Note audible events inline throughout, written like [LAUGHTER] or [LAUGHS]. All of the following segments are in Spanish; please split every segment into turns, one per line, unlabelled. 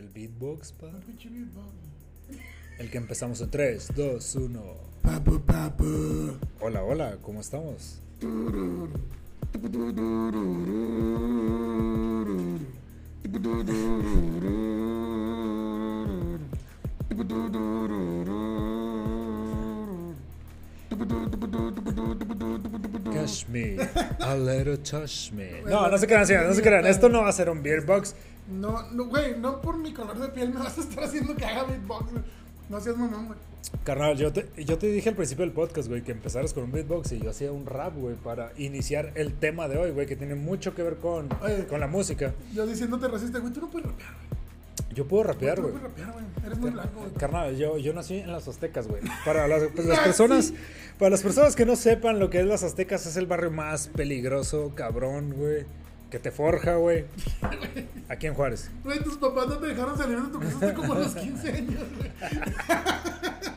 beatbox, pa.
Un pinche beatbox.
El que empezamos en 3, 2, 1.
Papu, papu.
Hola, hola, ¿cómo estamos? Catch me, a little touch me. No, no se crean, señores, no se crean. Esto no va a ser un beatbox.
No, no, güey, no por mi color de piel me vas a estar haciendo que haga beatbox. güey. No seas mamón, güey.
Carnal, yo te, yo te dije al principio del podcast, güey, que empezaras con un beatbox y yo hacía un rap, güey, para iniciar el tema de hoy, güey, que tiene mucho que ver con,
Oye.
con la música.
Yo diciéndote racista, güey, tú no puedes rapear, güey.
Yo puedo rapear,
Tú no
güey.
puedes rapear, güey. Eres muy blanco, güey.
Carnal, yo, yo nací en las Aztecas, güey. Para las,
[LAUGHS]
pues,
Ah,
las personas, para las personas que no sepan lo que es las Aztecas, es el barrio más peligroso, cabrón, güey. Que te forja, güey. Aquí en Juárez.
Güey, tus papás no te dejaron salir de tu casa hasta como a los 15 años, güey. [LAUGHS]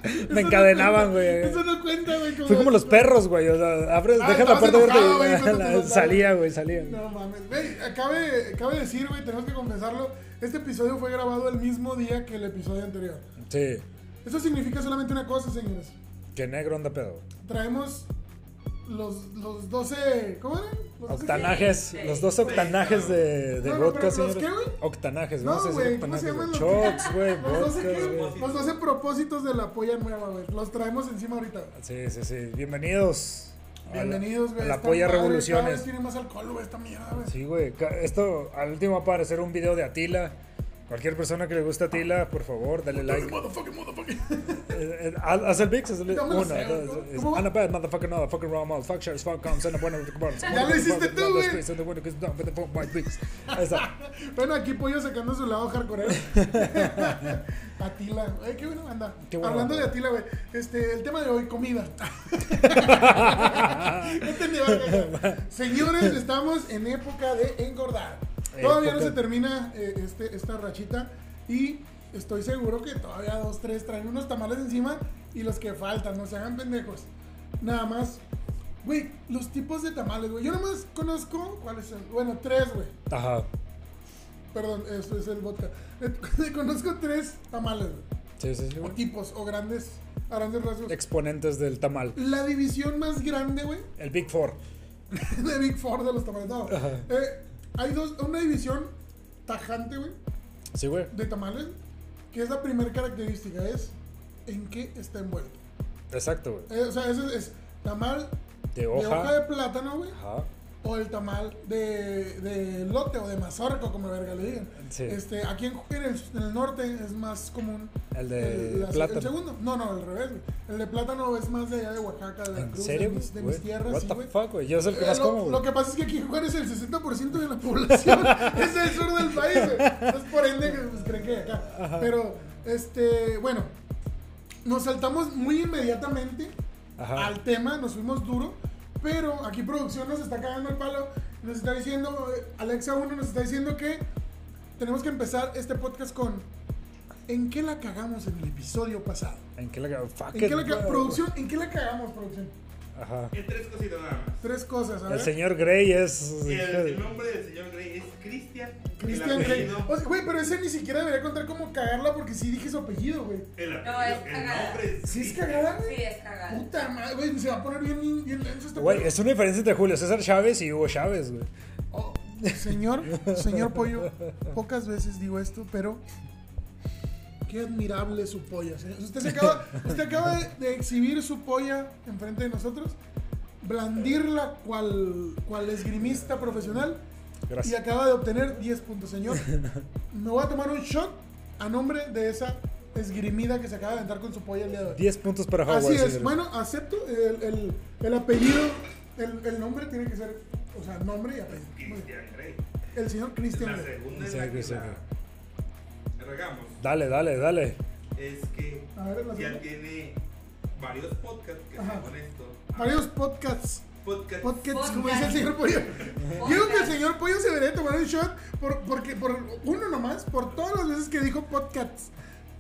Eso no
Me encadenaban,
cuenta,
güey.
Eso no cuenta, güey.
Fue como los perros, güey. O sea, abres,
Ah,
dejas la
estabas
puerta
enojado, güey,
abierta y
cuando
[LAUGHS]
te
la-
mandaron.
salía, güey, salía.
No mames, güey, acabe, acabe de decir, güey, tenemos que confesarlo. Este episodio fue grabado el mismo día que el episodio anterior.
Sí.
Eso significa solamente una cosa, señores.
Que negro anda pedo.
Traemos los, los 12. ¿Cómo eran? Los 12
Octanajes, los dos octanajes de, de
No, no,
vodka,
pero ¿los
señores.
qué, güey?
Octanajes,
qué?
no, sé
No,
si
güey, ¿cómo
octanajes.
se llaman
güey.
los
Chocks, güey,
[LAUGHS] los 12
vodka,
qué?
güey.
Los 12 propósitos de la polla nueva, güey. Los traemos encima ahorita.
Sí,
güey.
sí, sí. Bienvenidos. a la-
Bienvenidos, güey.
A la
Está
polla
padre, cada vez
revoluciones.
Tiene más alcohol, güey, esta mierda, güey.
Sí, güey. ca- Esto al último va a aparecer un video de Atila. Cualquier persona que le guste Atila, por favor, dale like.
Motherfucking, motherfucking.
Eh, eh, haz haz el Vix, haz el
Ya me lo
Uno,
sé, güey.
dos, es-
¿Cómo?
I'm a bad motherfucker, no, fucking wrong, motherfucker, shares, fuck, comes, and I'm one of the commands.
[LAUGHS] Ya lo hiciste tú, güey.
And the winner gets down with the fuck white Vix. Ahí
[LAUGHS]
está.
Bueno, aquí Pollo sacando su lado hardcore.
[LAUGHS]
Atila, güey, qué buena banda.
Qué buena
Hablando
banda.
de Atila, güey, este, el tema de hoy,
[LAUGHS]
comida. Este No entendí, verga. Señores, estamos en época de engordar. Todavía no
Época.
se termina eh, este, esta rachita y estoy seguro que todavía dos, tres traen unos tamales encima y los que faltan, no se hagan pendejos. Nada más, güey, los tipos de tamales, güey. Yo nada más conozco cuáles son. Bueno, tres, güey.
Ajá.
Perdón, esto es el vodka. [LAUGHS] Conozco tres tamales, güey,
Sí, sí, sí,
o
güey.
tipos, o grandes, a grandes rasgos.
Exponentes del tamal.
La división más grande, güey, [LAUGHS]
El Big Four.
de Big Four de los tamales. No,
Ajá.
eh, hay dos, una división tajante, güey,
Sí, güey.
de tamales, que es la primera característica, es en qué está envuelto.
Exacto, güey.
Eh, o sea, eso es, tamal
De
de hoja de
hoja.
plátano, güey,
Ajá.
o el tamal de, de lote o de mazorco, como verga le digan.
Sí.
Este, aquí en, en el, en el norte es más común.
El de
la-
plátano.
El segundo. No, no, al revés, güey. El de plátano es más de allá de Oaxaca, de
¿En
Veracruz,
serio,
de
güey?
mis, de mis tierras,
What
sí,
the
güey.
fuck, güey. Yo soy el que
Eh,
más
lo,
como,
lo
güey.
que pasa es que aquí en Juárez el 60% de la
[LAUGHS]
población es del sur del país, güey. Entonces, por ende, pues, creen que acá.
Ajá.
Pero, este, bueno, nos saltamos muy inmediatamente
Ajá.
al tema, nos fuimos duro, pero aquí producción nos está cagando el palo, nos está diciendo, eh, Alexa 1 nos está diciendo que tenemos que empezar este podcast con ¿en qué la cagamos en el episodio pasado?
¿En qué la cagamos? Fuck
¿En
it,
qué la ca-
güey.
producción? ¿En qué la cagamos, producción?
Ajá.
En tres cositas nada más.
Tres cosas, a
El
ver.
señor Grey es.
El, el nombre del señor Grey es Christian.
Cristian
el
Grey.
apellido,
O sea, güey, pero ese ni siquiera debería contar como cagarla porque sí dije su apellido, güey.
el, apellido,
No, es
el
cagada.
nombre
¿Sí es cagada, güey?
Sí, es cagado.
Puta madre, güey, se va a poner bien, bien denso este
Güey,
pedo.
es una diferencia entre Julio César Chávez y Hugo Chávez, güey.
Oh, señor, señor Pollo, pocas veces digo esto, pero qué admirable su polla. señor. Usted, se acaba, usted acaba de, de exhibir su polla enfrente de nosotros, blandirla cual, cual esgrimista profesional y
Gracias.
acaba de obtener 10
[LAUGHS]
puntos, señor. Me voy a tomar un shot a nombre de esa esgrimida que se acaba de aventar con su polla el día de hoy.
10 puntos para Howard.
Así es,
señores.
bueno, acepto el, el- el apellido, el, el nombre tiene que ser, o sea, nombre y apellido.
es Christian Grey.
El señor Cristian.
La segunda es
Sí,
la que
Christian
la la regamos.
Dale, dale, dale.
Es que
A ver, la
ya
segunda.
tiene varios podcasts que
Ajá.
según esto.
Varios podcasts.
Podcasts.
Podcasts, como dice el señor Pollo. Digo que el señor Pollo se debería tomar un shot por, porque, por uno nomás, por todas las veces que dijo podcasts.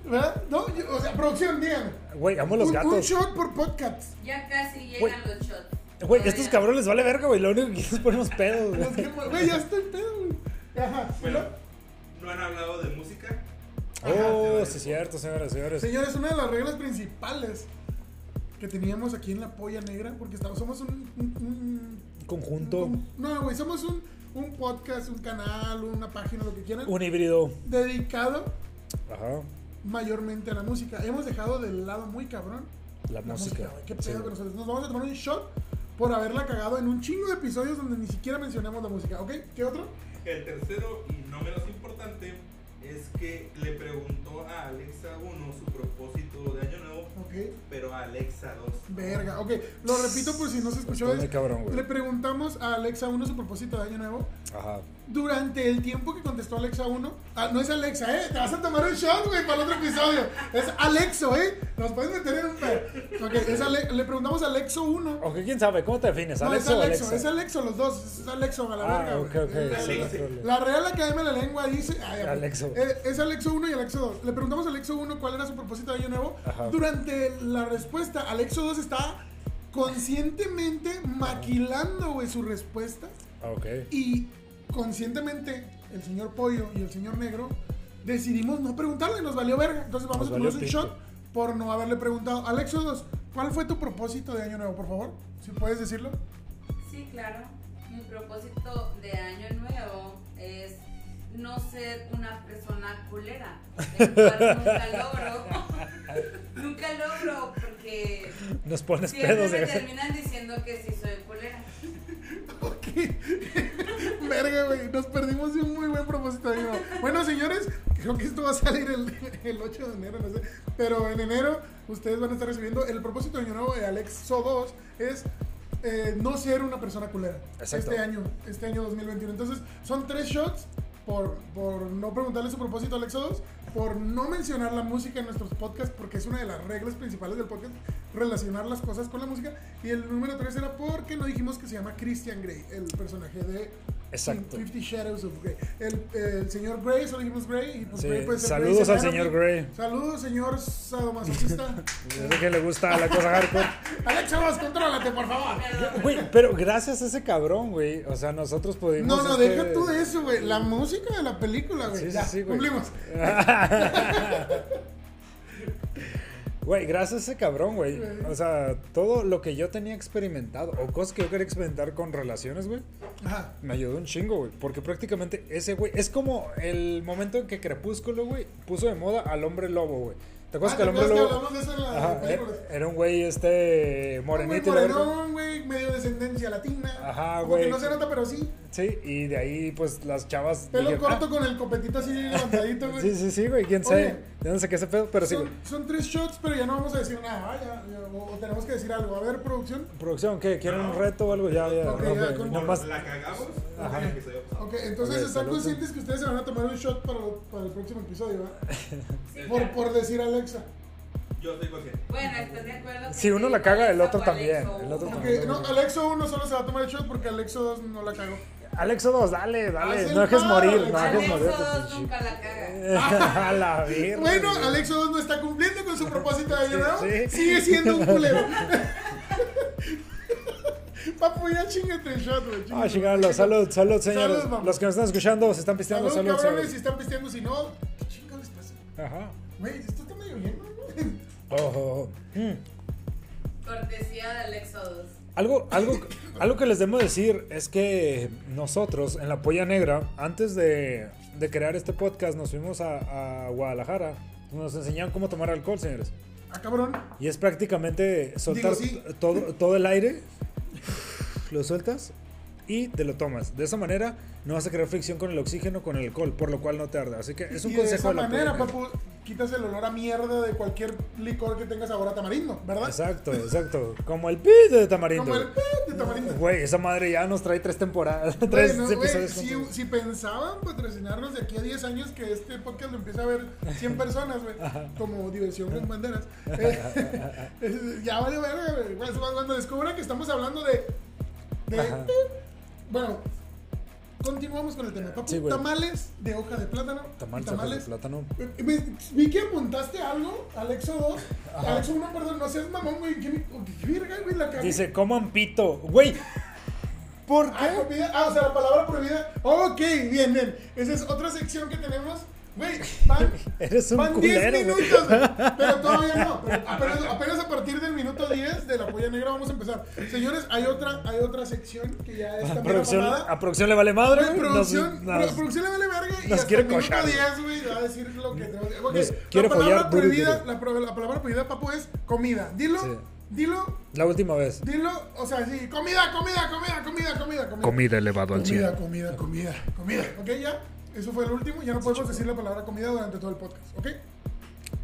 ¿Verdad? No, yo- o sea, producción, díganme.
Güey, amo
Un,
los
un
gatos.
shot por podcasts.
Ya casi llegan
Güey.
los shots.
Güey,
Todavía.
estos cabrones les vale verga, güey. Lo único que quieren es ponernos pedos,
Los
güey.
que- Güey, ya estoy pedo, güey. Ajá.
Bueno,
¿verdad?
no han hablado de música.
Oh, sí, cierto, señoras y señores.
Señores, una de las reglas principales que teníamos aquí en la polla negra, porque estamos, somos un, un- un-
Conjunto,
un- no, güey, somos un, un podcast, un canal, una página, lo que quieran,
un híbrido.
dedicado
Ajá.
mayormente a la música. Hemos dejado de lado muy cabrón
La, música.
güey. Qué
Sí,
pedo
güey.
con nosotros. Nos vamos a tomar un shot por haberla cagado en un chingo de episodios donde ni siquiera mencionamos la música, ¿ok? ¿Qué otro?
El tercero y no menos importante es que le preguntó a Alexa 1 su propósito de año nuevo,
Ok.
pero a Alexa 2.
Verga, ok. Lo repito por si no se escuchó.
Está muy
es-
cabrón, güey.
le preguntamos a Alexa 1 su propósito de año nuevo.
Ajá.
Durante el tiempo que contestó Alexa 1, ah, no es Alexa, ¿eh? Te vas a tomar un shot, güey, para el otro episodio. Es Alexo, ¿eh? Nos puedes meter en un pedo. Ok, es Ale- le preguntamos a Alexo 1.
Aunque quién sabe, ¿cómo te defines?
No,
¿Alex
es
o
Alexo,
Alexa?
es Alexo los dos, es Alexo a la
Ah,
verga.
ok,
güey.
ok.
Es
sí,
Alexo.
Alexo.
controle.
La Real Academia de la Lengua dice. ay, ya,
Alexo.
eh, Es Alexo 1 y Alexo 2. Le preguntamos a Alexo 1 cuál era su propósito de año nuevo.
Ajá.
Durante la respuesta, Alexo 2 está conscientemente maquilando güey, su respuesta.
Ah, ok.
Y conscientemente, el señor Pollo y el señor Negro decidimos no preguntarle, nos valió verga. Entonces vamos
Nos
a tomarnos un
valió
shot por no haberle preguntado. Alexo 2, ¿cuál fue tu propósito de año nuevo, por favor? Si puedes
[LAUGHS]
decirlo.
Sí, claro. Mi propósito de año nuevo es no ser una persona culera. El cual
[LAUGHS]
nunca logro. [LAUGHS] nunca logro porque
Nos pones
siempre
pedos
me
de.
terminan diciendo que sí soy culera.
¿Qué? [LAUGHS] Verga, güey. Nos perdimos de un muy buen propósito de año nuevo. Bueno, señores, creo que esto va a salir el, el 8 de enero, no sé. Pero en enero ustedes van a estar recibiendo el propósito de año nuevo de Alexo 2 es eh, no ser una persona culera.
Exacto.
Este año, este año 2021. Entonces, son tres shots por, por no preguntarle su propósito a Alexo 2, por no mencionar la música en nuestros podcasts, porque es una de las reglas principales del podcast, relacionar las cosas con la música. Y el número tres era porque no dijimos que se llama Christian Grey, el personaje de
Exacto.
Fifty Shadows of Grey. El, el señor Grey, solo dijimos Grey. Y pues
Sí,
Grey puede ser
saludos
Grey's
al
Anatomy.
señor Grey.
Saludos,
[LAUGHS]
señor sadomasoquista.
Es que le gusta la cosa hardcore.
Alexa, vos, contrólate, por favor.
Perdón.
Güey, pero gracias a ese cabrón, güey. O sea, nosotros pudimos.
No, no,
este-
deja tú de eso, güey. La música de la película, güey.
Sí, sí,
ya,
sí, güey.
cumplimos.
[LAUGHS] Güey, gracias a ese cabrón, güey.
Güey.
O sea, todo lo que yo tenía experimentado o cosas que yo quería experimentar con relaciones, güey,
Ajá.
me ayudó un chingo, güey. Porque prácticamente ese, güey, es como el momento en que Crepúsculo, güey, puso de moda al hombre lobo, güey. ¿Te acuerdas que
Ah,
el
¿te
hombre
acuerdas
lobo.
que hablamos de eso en la
Ajá,
película?
era- era un güey este morenito y
Güey,
la verga.
morenón, güey, medio descendencia latina.
Ajá,
Como
güey.
Que no se nota, pero sí.
Sí, y de ahí pues las chavas.
Pelo
dijeron,
corto
"Ah".
con el copetito así levantadito,
[LAUGHS]
güey.
Sí, sí, sí, güey, quién
Oye.
sabe. Yo no sé qué ese pedo, pero sí,
son,
güey.
son tres shots, pero ya no vamos a decir nada. Ah, ya, ya, o, o tenemos que decir algo. A ver, producción.
Producción, ¿qué? ¿Quieren un reto o algo? Ya, ya,
Ok,
no,
ya,
güey,
con-
nomás-
La cagamos.
Ajá.
en el episodio pasado.
Ok, entonces
Ok,
están
salud.
conscientes que ustedes se van a tomar un shot para, para el próximo episodio, ¿verdad?
[LAUGHS]
Sí,
Por,
claro.
por decir Alexa.
Yo estoy consciente.
Bueno, estás de acuerdo. que
Si uno la
sí,
caga, el
Alexa
otro
o
también,
Alexo
el otro
uno.
también.
Porque no, Alexo 1 solo se va a tomar el shot porque Alexo 2 no la cagó.
Alexo 2, dale, dale.
Haz el
no dejes
paro,
morir, no dejes
Alexo
morir. a tu
dos
pinche- [LAUGHS]
[LAUGHS]
nunca la caga.
A la verga.
Bueno,
güey.
Alexo 2 no está cumpliendo
[LAUGHS]
con su propósito de año nuevo.
sí.
Sigue siendo
[LAUGHS]
un culero. Papu, ya chingate el shot, güey.
Ah,
chingate.
chingalo, salud, salud, señores.
Salud, mamá.
Los que nos están escuchando se están pisteando,
Salud,
salud,
cabrones,
salud.
si están pisteando, si no, ¿qué chingados les pasa?
Ajá. Oh,
Güey, esto está medio bien, güey.
Ojo. Mm.
Cortesía de Alexo 2.
Algo, algo, algo que les debo decir es que nosotros en la Polla Negra, antes de, de crear este podcast, nos fuimos a, a Guadalajara. Nos enseñaron cómo tomar alcohol, señores.
[LAUGHS] Ah, cabrón.
Y es prácticamente soltar
Digo, sí.
t- todo, todo el
[LAUGHS]
aire, lo sueltas y te lo tomas. De esa manera no vas a crear fricción con el oxígeno, con el alcohol, por lo cual no te arda. Así que es un
y de
consejo
esa
de la
manera,
Polla Negra.
papu, quitas el olor a mierda de cualquier licor que tengas ahora tamarindo, ¿verdad?
Exacto, exacto. Como el pit de tamarindo.
Como el pe de tamarindo.
Güey, esa madre ya nos trae tres temporadas, [LAUGHS]
Güey,
tres
no, güey,
episodios.
si,
juntos.
si pensaban patrocinarnos de aquí a 10 años que este podcast lo empieza a ver 100 personas, güey, como diversión con banderas, eh, [LAUGHS] ya vale verga, güey. Pues, Cuando descubran que estamos hablando de. de- este,
Ajá.
bueno, continuamos con el tema. Papu,
Sí, güey.
tamales de hoja de plátano.
Tamales,
y tamales
de plátano.
Eh, me- Vi que apuntaste algo, Alexo 2, Alexo 1, perdón, no seas mamón, güey. ¿Qué, qué verga, güey? La cagué.
Dice, coman pito. Güey, ¿por
Ah,
qué?
comida. Ah, o sea, la palabra prohibida. Ok, bien, bien. Esa es otra sección que tenemos Güey, van,
[LAUGHS] Eres un
van 10
culero, güey. [LAUGHS]
minutos, güey, pero todavía no. pero apenas, apenas a partir del minuto 10 de la polla negra vamos a empezar. Señores, hay otra, hay otra sección que ya
A
está
producción,
programada.
a producción le vale madre.
Güey,
güey. Nos-
producción,
nos-
pro- producción le vale verga y
nos
hasta
quiere
el minuto
cochar.
10, güey, va a decir lo que tenemos que- Ok,
Nos quiere
la palabra
follar duro y
prohibida,
duro.
la, pro- la palabra prohibida, papu, es comida. Dilo,
Sí.
dilo,
la última vez.
dilo, o sea, sí, comida, comida, comida, comida, comida, comida.
elevado
Comida, comida, comida, comida. Ok, ya. Eso fue el último. Ya no podemos decir la palabra comida durante todo el podcast. ¿Ok?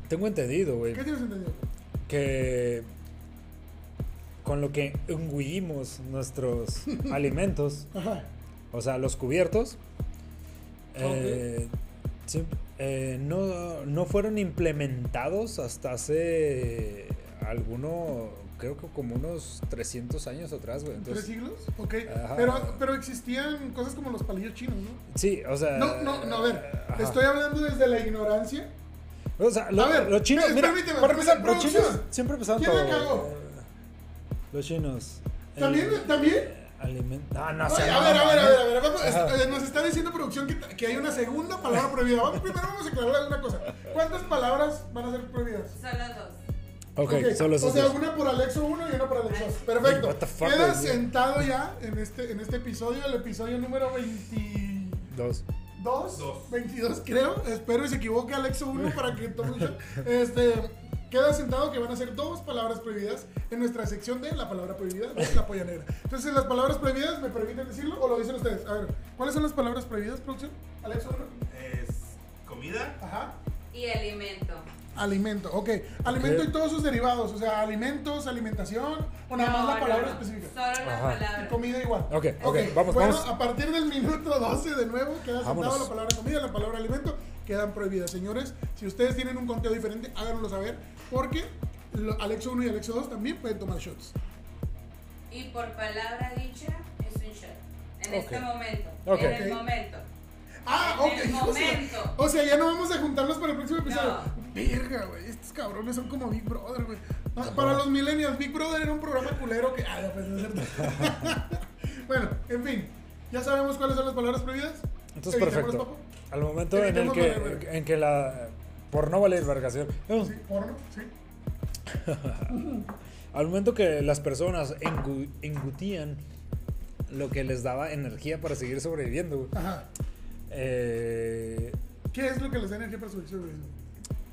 Tengo entendido, güey,
¿Qué tienes entendido?
que con lo que engullimos
[LAUGHS]
nuestros alimentos,
Ajá.
o sea, los cubiertos,
Ah,
eh, sí, eh, no, no fueron implementados hasta hace alguno, creo que como unos 300 años atrás, güey.
¿Tres
Entonces,
siglos? Ok.
Ajá.
Pero, pero existían cosas como los palillos chinos, ¿no?
sí, o sea...
No, no, no, a ver.
ajá. Eh.
Estoy hablando desde la ignorancia.
O sea, lo-
A ver,
los chinos,
pe-
mira,
permíteme,
para empezar, los
producción.
chinos siempre empezaron
¿Quién la
todo,
cagó?
eh, Los chinos.
¿También?
el-
¿También?
aliment- Ah, no,
Oye,
sea,
a ver,
no,
a ver, a
no.
ver, a ver. vamos,
Ajá.
es- eh, nos está diciendo producción que, que hay una segunda palabra prohibida. Vamos, primero vamos a aclarar una cosa. ¿Cuántas palabras van a ser prohibidas?
Solo dos.
Ok,
Ok,
solo
O
esos
sea,
dos.
una por Alexo 1 y una por Alexo 2. Perfecto.
What the fuck,
Queda
güey.
sentado ya en este, en este episodio, el episodio número 22.
Dos.
22 creo. Espero y se equivoque Alexo 1 para que tome un shot. Este, queda sentado que van a ser dos palabras prohibidas en nuestra sección de la palabra prohibida de la polla negra. Entonces, las palabras prohibidas, ¿me permiten decirlo o lo dicen ustedes? A ver, ¿cuáles son las palabras prohibidas, producción? Alexo 1.
Es comida,
Ajá.
Y alimento.
Alimento, ok. Alimento
Ok.
y todos sus derivados, o sea, alimentos, alimentación, o nada más la
No,
palabra
no, no.
específica.
Solo la
Ajá.
Y
palabra.
comida igual.
Ok, ok, vamos,
bueno,
vamos.
a partir del minuto 12 de nuevo queda sentado
Vámonos.
la palabra comida, la palabra alimento, quedan prohibidas. Señores, si ustedes tienen un conteo diferente, háganlo saber, porque lo- Alexo 1 y Alexo 2 también pueden tomar shots.
Y por palabra dicha es un shot. En este
Ok.
momento.
Ok.
En el
Ok.
momento.
Ah,
En
ok. [LAUGHS]
el
O sea,
momento.
o sea, ya no vamos a juntarlos para el próximo episodio.
No.
Verga, güey. Estos cabrones son como Big Brother, güey. Ah, Para los millennials, Big Brother era un programa culero que. Ah, ya pues, no es cierto. [LAUGHS] bueno, en fin. Ya sabemos cuáles son las palabras prohibidas.
Entonces,
Evitemos,
perfecto.
papu.
Al momento en el
Evitemos
que,
valer verga.
en que la... Por no valer vergación.
Sí, porno, sí.
Al momento que las personas engu- engutían lo que les daba energía para seguir sobreviviendo, güey,
Ajá.
eh,
¿Qué es lo que les da energía para su acción?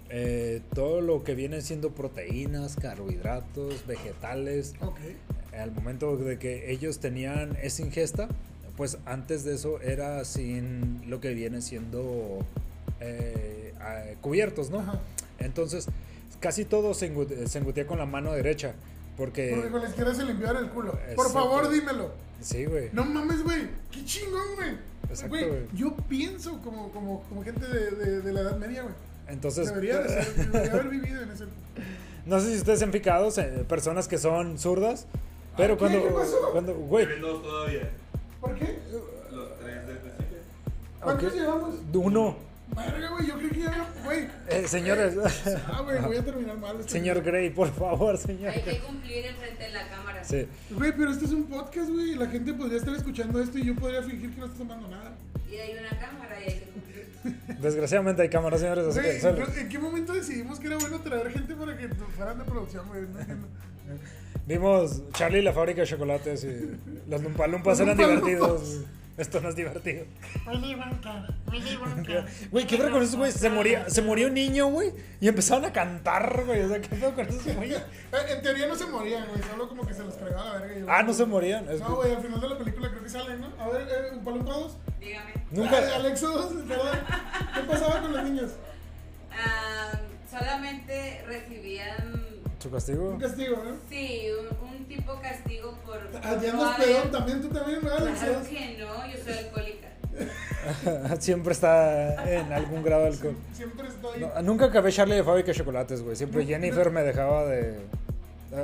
eh, todo lo que vienen siendo proteínas, carbohidratos, vegetales,
Ok.
al momento de que ellos tenían esa ingesta, pues antes de eso era sin lo que viene siendo eh, eh, cubiertos, ¿no?
Ajá.
Entonces, casi todo se, engu- se engutía con la mano derecha,
Porque
porque...
con la izquierda se limpiaron el culo. Por
Exacto.
favor, dímelo.
Sí, güey.
No mames, güey. Qué chingón, güey.
Exacto,
Güey,
güey.
Yo pienso como, como, como gente de, de- de la Edad Media, güey.
Entonces,
debería, de ser- debería haber vivido en ese.
[LAUGHS] no sé si ustedes se han fijado, se- personas que son zurdas, pero
¿qué?
cuando...
¿Qué pasó?
cuando- güey,
tienen dos todavía.
¿Por qué?
Los tres del principio.
¿Cuántos
ok,
llevamos?
Uno.
Verga, güey. Yo creo que ya. Güey.
Eh, señores,
Ah, güey, voy a terminar mal. este
señor Gray, por favor, señor.
Hay que cumplir enfrente de la cámara.
Sí.
Güey, pero este es un podcast, güey. La gente podría estar escuchando esto y yo podría fingir que no está tomando nada.
Y hay una cámara y hay que cumplir. [LAUGHS]
Desgraciadamente hay cámaras, señores. así
Güey,
que solo-
pues, ¿en- ¿en qué momento decidimos que era bueno traer gente para que fueran de producción, güey? No entiendo.
Vimos Charlie y la fábrica de chocolates y los lumpalumpas
Los
eran
Lumpa
divertidos. Esto no es divertido.
Willy Wonka,
[LAUGHS]
Willy Wonka.
Güey, ¿qué pedo con esos güey? Se moría, se murió un niño, güey, y empezaron a cantar, güey. O sea, ¿qué pedo con esos güey?
Eh, En teoría no se morían, güey. Solo como que se los cargaba la verga. y-
Ah, no se morían. es-
No, güey, al final de la película creo que salen, ¿no? A ver, eh, un palumpa 2.
Dígame.
Nunca.
Alexo 2, perdón. ¿Qué pasaba con los niños?
Ah, solamente recibían.
Su castigo.
Un castigo, ¿no?
Sí, un, un tipo castigo por.
Ah, ya
no
andas
haber-
pedón también, tú también, ¿no, Alexo?
Claro que no, yo soy alcohólica.
[LAUGHS] Siempre está en algún grado de alcohol.
Siempre estoy.
No, nunca acabé Charlie de fábrica de chocolates, güey. Siempre
No,
Jennifer me dejaba de. Eh,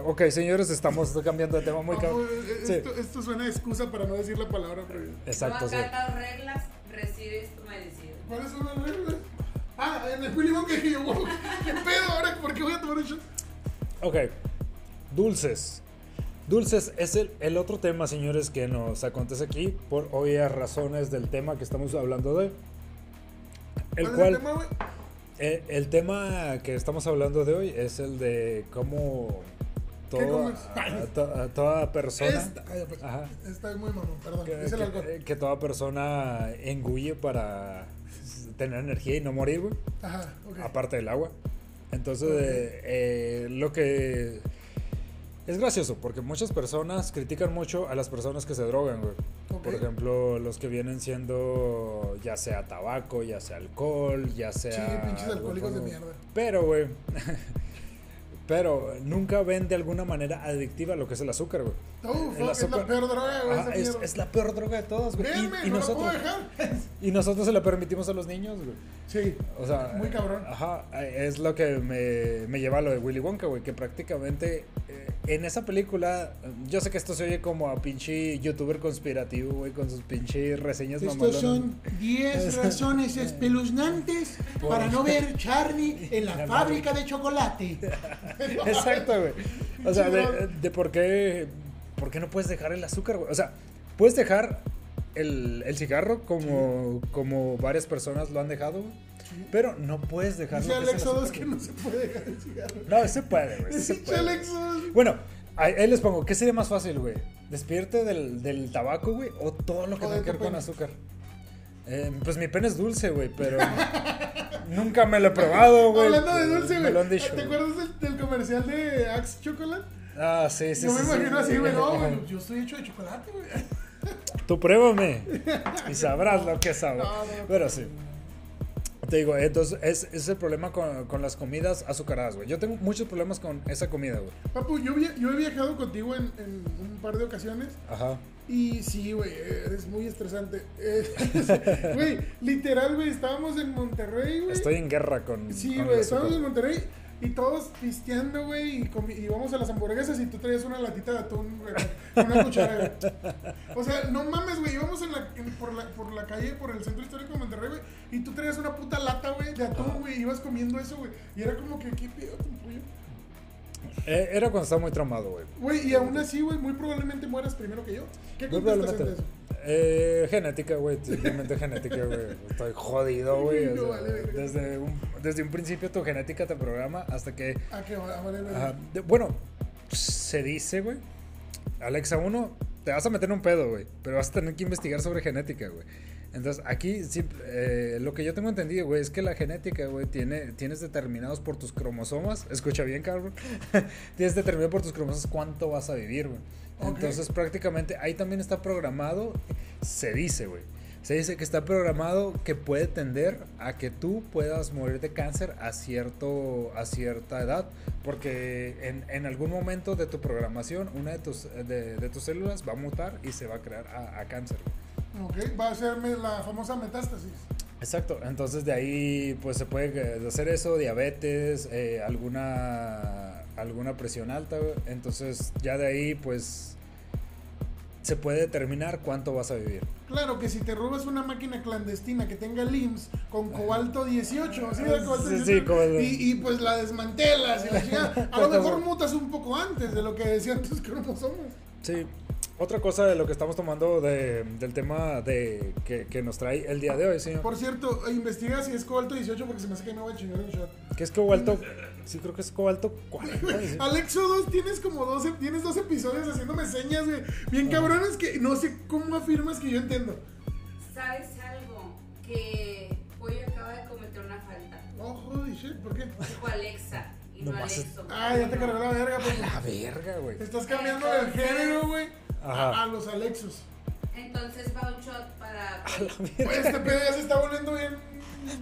Ok, señores, estamos cambiando de tema muy
Ah,
cabrón.
güey, eh,
Sí.
esto, esto suena a excusa para no decir la palabra prohibida.
Exacto,
no
sí.
acatas reglas, recibes tu maldición.
¿Cuáles son las reglas? Ah, en el Willy Wonka dije yo, wow, ¿qué pedo ahora? ¿Por qué voy a tomar un shot?
Ok, dulces. Dulces es el, el otro tema, señores, que nos acontece aquí por obvias razones del tema que estamos hablando de. El
¿Cuál
cual,
es el tema, güey?
eh, el tema que estamos hablando de hoy es el de cómo todo,
comes?
a- a to- a toda persona,
Esta, ay, pues,
Ajá.
esta es muy mamón, perdón.
Ah, que,
es el
que- eh,
alcohol.
que toda persona engulle para tener energía y no morir, güey.
Ajá, ok.
aparte del agua. Entonces, eh, eh, lo que es gracioso, porque muchas personas critican mucho a las personas que se drogan, güey.
Ok.
Por ejemplo, los que vienen siendo ya sea tabaco, ya sea alcohol, ya sea...
pinches alcohólicos de
algún-
mierda.
Pero, güey, [LAUGHS] pero nunca ven de alguna manera adictiva lo que es el azúcar, güey.
Oh,
el
fuck, es
azúcar-
la peor droga, güey.
Ajá,
Ah, esa
es,
mierda.
es la peor droga de todas, güey.
Véanme,
Y, y
no la puedo
nosotros, [LAUGHS]
dejar.
y nosotros se la permitimos a los niños, güey.
Sí,
O sea,
Muy cabrón.
Ajá, es lo que me, me lleva a lo de Willy Wonka, güey, que prácticamente eh, en esa película, yo sé que esto se oye como a pinche youtuber conspirativo, güey, con sus pinches reseñas
Estos
mamalonas.
son 10 razones espeluznantes
[LAUGHS] Por-
para no
[LAUGHS]
ver Charlie en la fábrica de chocolate.
[LAUGHS] Exacto, güey. O sea, de, de por qué por qué no puedes dejar el azúcar, güey. O sea, puedes dejar el, el cigarro como, como varias personas lo han dejado, güey, pero no puedes dejar
Dice
lo que es el
Alex Odos
azúcar,
que
güey.
no se puede dejar el cigarro.
No, se puede, güey. sí [LAUGHS] se
Dice
puede.
Alex Odos.
Bueno, ahí, ahí les pongo, ¿qué sería más fácil, güey? ¿Despierte del, del tabaco, güey? ¿O todo lo que
O
tenga
de
que ver
tu
con
pene.
azúcar? Eh, pues mi pene es dulce, güey, pero nunca me lo he probado, güey.
Hablando de dulce,
Me
güey.
lo han dicho. güey.
¿Te acuerdas del, del comercial de Axe Chocolate?
Ah, sí, sí,
yo
sí.
me
sí,
imagino
sí.
así, güey. No, güey. Yo estoy hecho de chocolate, güey. [LAUGHS]
Tú pruébame y sabrás lo que sabe.
No, no, no.
Pero sí. Te digo, entonces es, es el problema con, con las comidas azucaradas, güey. Yo tengo muchos problemas con esa comida, güey.
Papu, yo, via- yo he viajado contigo en, en un par de ocasiones.
Ajá.
Y sí, güey, eres muy estresante. [LAUGHS] Eh, Güey, literal, güey, estábamos en Monterrey, güey.
Estoy en guerra con.
Sí,
con el azúcar.
güey, estábamos en Monterrey y todos pisteando, güey, y, comi- y íbamos a las hamburguesas y tú traías una latita de atún, güey, con una cuchara, güey. O sea, no mames, güey, íbamos en la- en- por, la, por la calle, por el centro histórico de Monterrey, güey, y tú traías una puta lata, güey, de atún, güey, y ibas comiendo eso, güey. Y era como que, ¿qué pedo con pollo?
Eh, era cuando estaba muy traumado, güey.
Güey, y aún así, güey, muy probablemente mueras primero que yo. ¿Qué
Muy
contestas ante
probablemente.
eso?
Eh, genética, güey. Simplemente genética, güey. Estoy jodido, güey. o
[LAUGHS] No
sea,
vale verga.
desde, un, desde un principio tu genética te programa hasta que.
Ah, que va, vale, vale.
ajá, de- bueno, se dice, güey. Alexa 1, te vas a meter en un pedo, güey. Pero vas a tener que investigar sobre genética, güey. Entonces, aquí sí, eh, lo que yo tengo entendido, güey, es que la genética, güey, tiene, tienes determinados por tus cromosomas. Escucha bien, cabrón. [LAUGHS] tienes determinado por tus cromosomas cuánto vas a vivir, güey.
Ok.
Entonces, prácticamente ahí también está programado, se dice, güey. Se dice que está programado que puede tender a que tú puedas morir de cáncer a, cierto, a cierta edad, porque en, en algún momento de tu programación una de tus, de, de tus células va a mutar y se va a crear a, a cáncer. güey.
Ok, va a hacerme la famosa metástasis.
Exacto, entonces de ahí pues se puede eh, hacer eso, diabetes, eh, alguna, alguna presión alta, güey. entonces ya de ahí pues se puede determinar cuánto vas a vivir.
Claro que si te robas una máquina clandestina que tenga LIMS con cobalto 18, ¿sí? De cobalto
Sí,
18,
sí, cobalto.
Y, y pues la desmantelas y la chingada, a lo
Cuando-
mejor mutas un poco antes de lo que decían tus cromosomas.
Sí. Otra cosa de lo que estamos tomando de- del tema de que, que nos trae el día de hoy, señor.
Por cierto, investiga si es cobalto 18 porque se me hace que me voy a chingar un shot.
Que es cobalto. Sí, creo que es cobalto 40. dice.
Alexo 2, tienes como 12, tienes dos episodios haciéndome señas, güey. Bien cabrones que no sé cómo afirmas que yo entiendo.
¿Sabes algo? Que Pollo acaba de cometer una falta.
Oh, holy shit, ¿por qué?
Dijo Alexa y no,
Nomás-
Alexo.
Ah, ya te cargó la verga,
La
pues.
verga, güey.
Estás cambiando el género, güey,
Ajá.
a, a los Alexos.
Entonces va un shot para.
Güey, este pedo ya se está volviendo bien.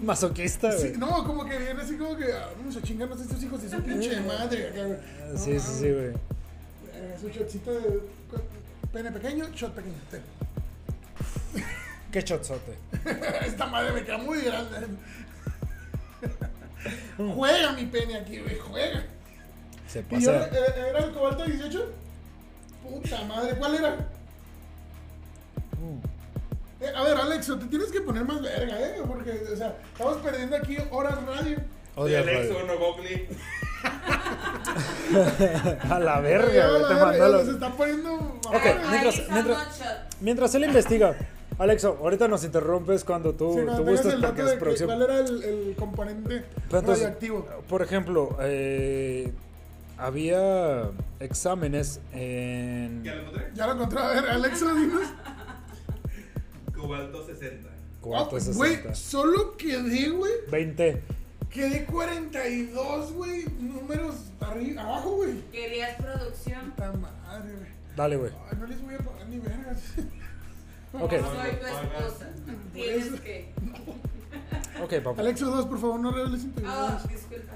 Masoquista,
Sí,
güey.
no, como que bien así como que ah, vamos a chingarnos a estos hijos de su pinche madre. acá, güey.
Ah,
No
Sí, sí, sí, güey.
mames. Eh, Su shotcito de cu- pene pequeño, shot pequeño. ten. [LAUGHS]
Qué chotzote.
Esta madre me queda muy grande.
Mm.
juega mi pene aquí, güey, juega.
Se
¿Y
[LAUGHS]
yo,
pasa.
eh, era el cobalto 18? Puta madre, ¿cuál era?
Mm.
Eh, a ver, Alexo, te tienes que poner más verga, ¿eh? Porque, o sea, estamos perdiendo aquí horas radio.
De
Odio al
Alex
radio.
o no Gogli.
A la
Ya,
verga,
[LAUGHS] la
güey. Te
verga,
mandó
Se
los.
está poniendo...
Ok, mientras-
Mientras,
mientras- Mientras él investiga, Alexo, ahorita nos interrumpes cuando tú,
Sí,
tú
cuando tengas
gustes
el
porque
dato
uh, es
de que,
producción.
cuál era el, el componente
Pero entonces,
radioactivo.
Por ejemplo, eh, había exámenes en
¿Ya lo encontré?
Ya lo encontré. A ver, Alexa, dinos.
Cobalto 60.
cuarto
Ah,
de
Güey,
60.
solo quedé, güey.
20.
Quedé 42, güey. Números arriba, abajo, güey.
Querías producción.
Puta madre, güey.
Dale, güey.
Ay, no les voy a pagar ni vergas.
Ok,
Soy tu esposa. Tienes que.
ok, papá.
Alexa 2, por favor, no reveles intimidades.
Ah, disculpa.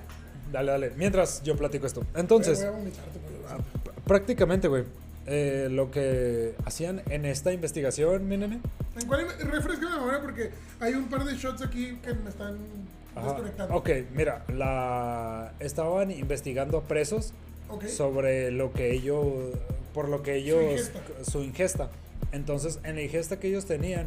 Dale, dale. Mientras yo platico esto. Entonces,
Voy a vomitarte, pero-
ah, pr- prácticamente, güey, eh, lo que hacían en esta investigación, mi nene,
¿En cuál refresca la memoria? Porque hay un par de shots aquí que me están
Ajá.
desconectando.
Ok, mira, la estaban investigando a presos
Ok.
sobre lo que ellos, por lo que ellos,
ingesta.
su ingesta. Entonces, en la ingesta que ellos tenían,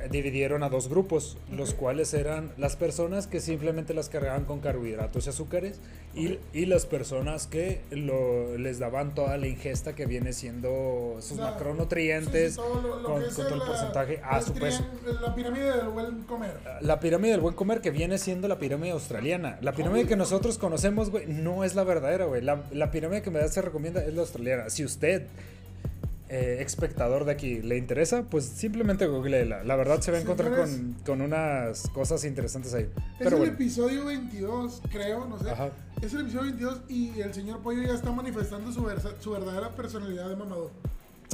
eh, dividieron a dos grupos, los
Ok.
cuales eran las personas que simplemente las cargaban con carbohidratos y azúcares y, y las personas que lo, les daban toda la ingesta que viene siendo sus
O sea,
macronutrientes
Sí, sí, todo lo- lo
con,
que
con
es
todo el
la-
porcentaje a
la
su peso.
trian- La pirámide del buen comer.
La pirámide del buen comer que viene siendo la pirámide australiana. La pirámide que nosotros conocemos, güey, no es la verdadera, güey. La, la pirámide que me da se recomienda es la australiana. Si usted, eh, espectador de aquí, le interesa, pues simplemente googleela. La verdad se va a encontrar con,
Señores.
con unas cosas interesantes ahí.
es
Pero
el
bueno.
episodio 22, creo, no sé.
Ajá.
Es el episodio 22 y el señor Pollo ya está manifestando su, versa- su verdadera personalidad de mamador.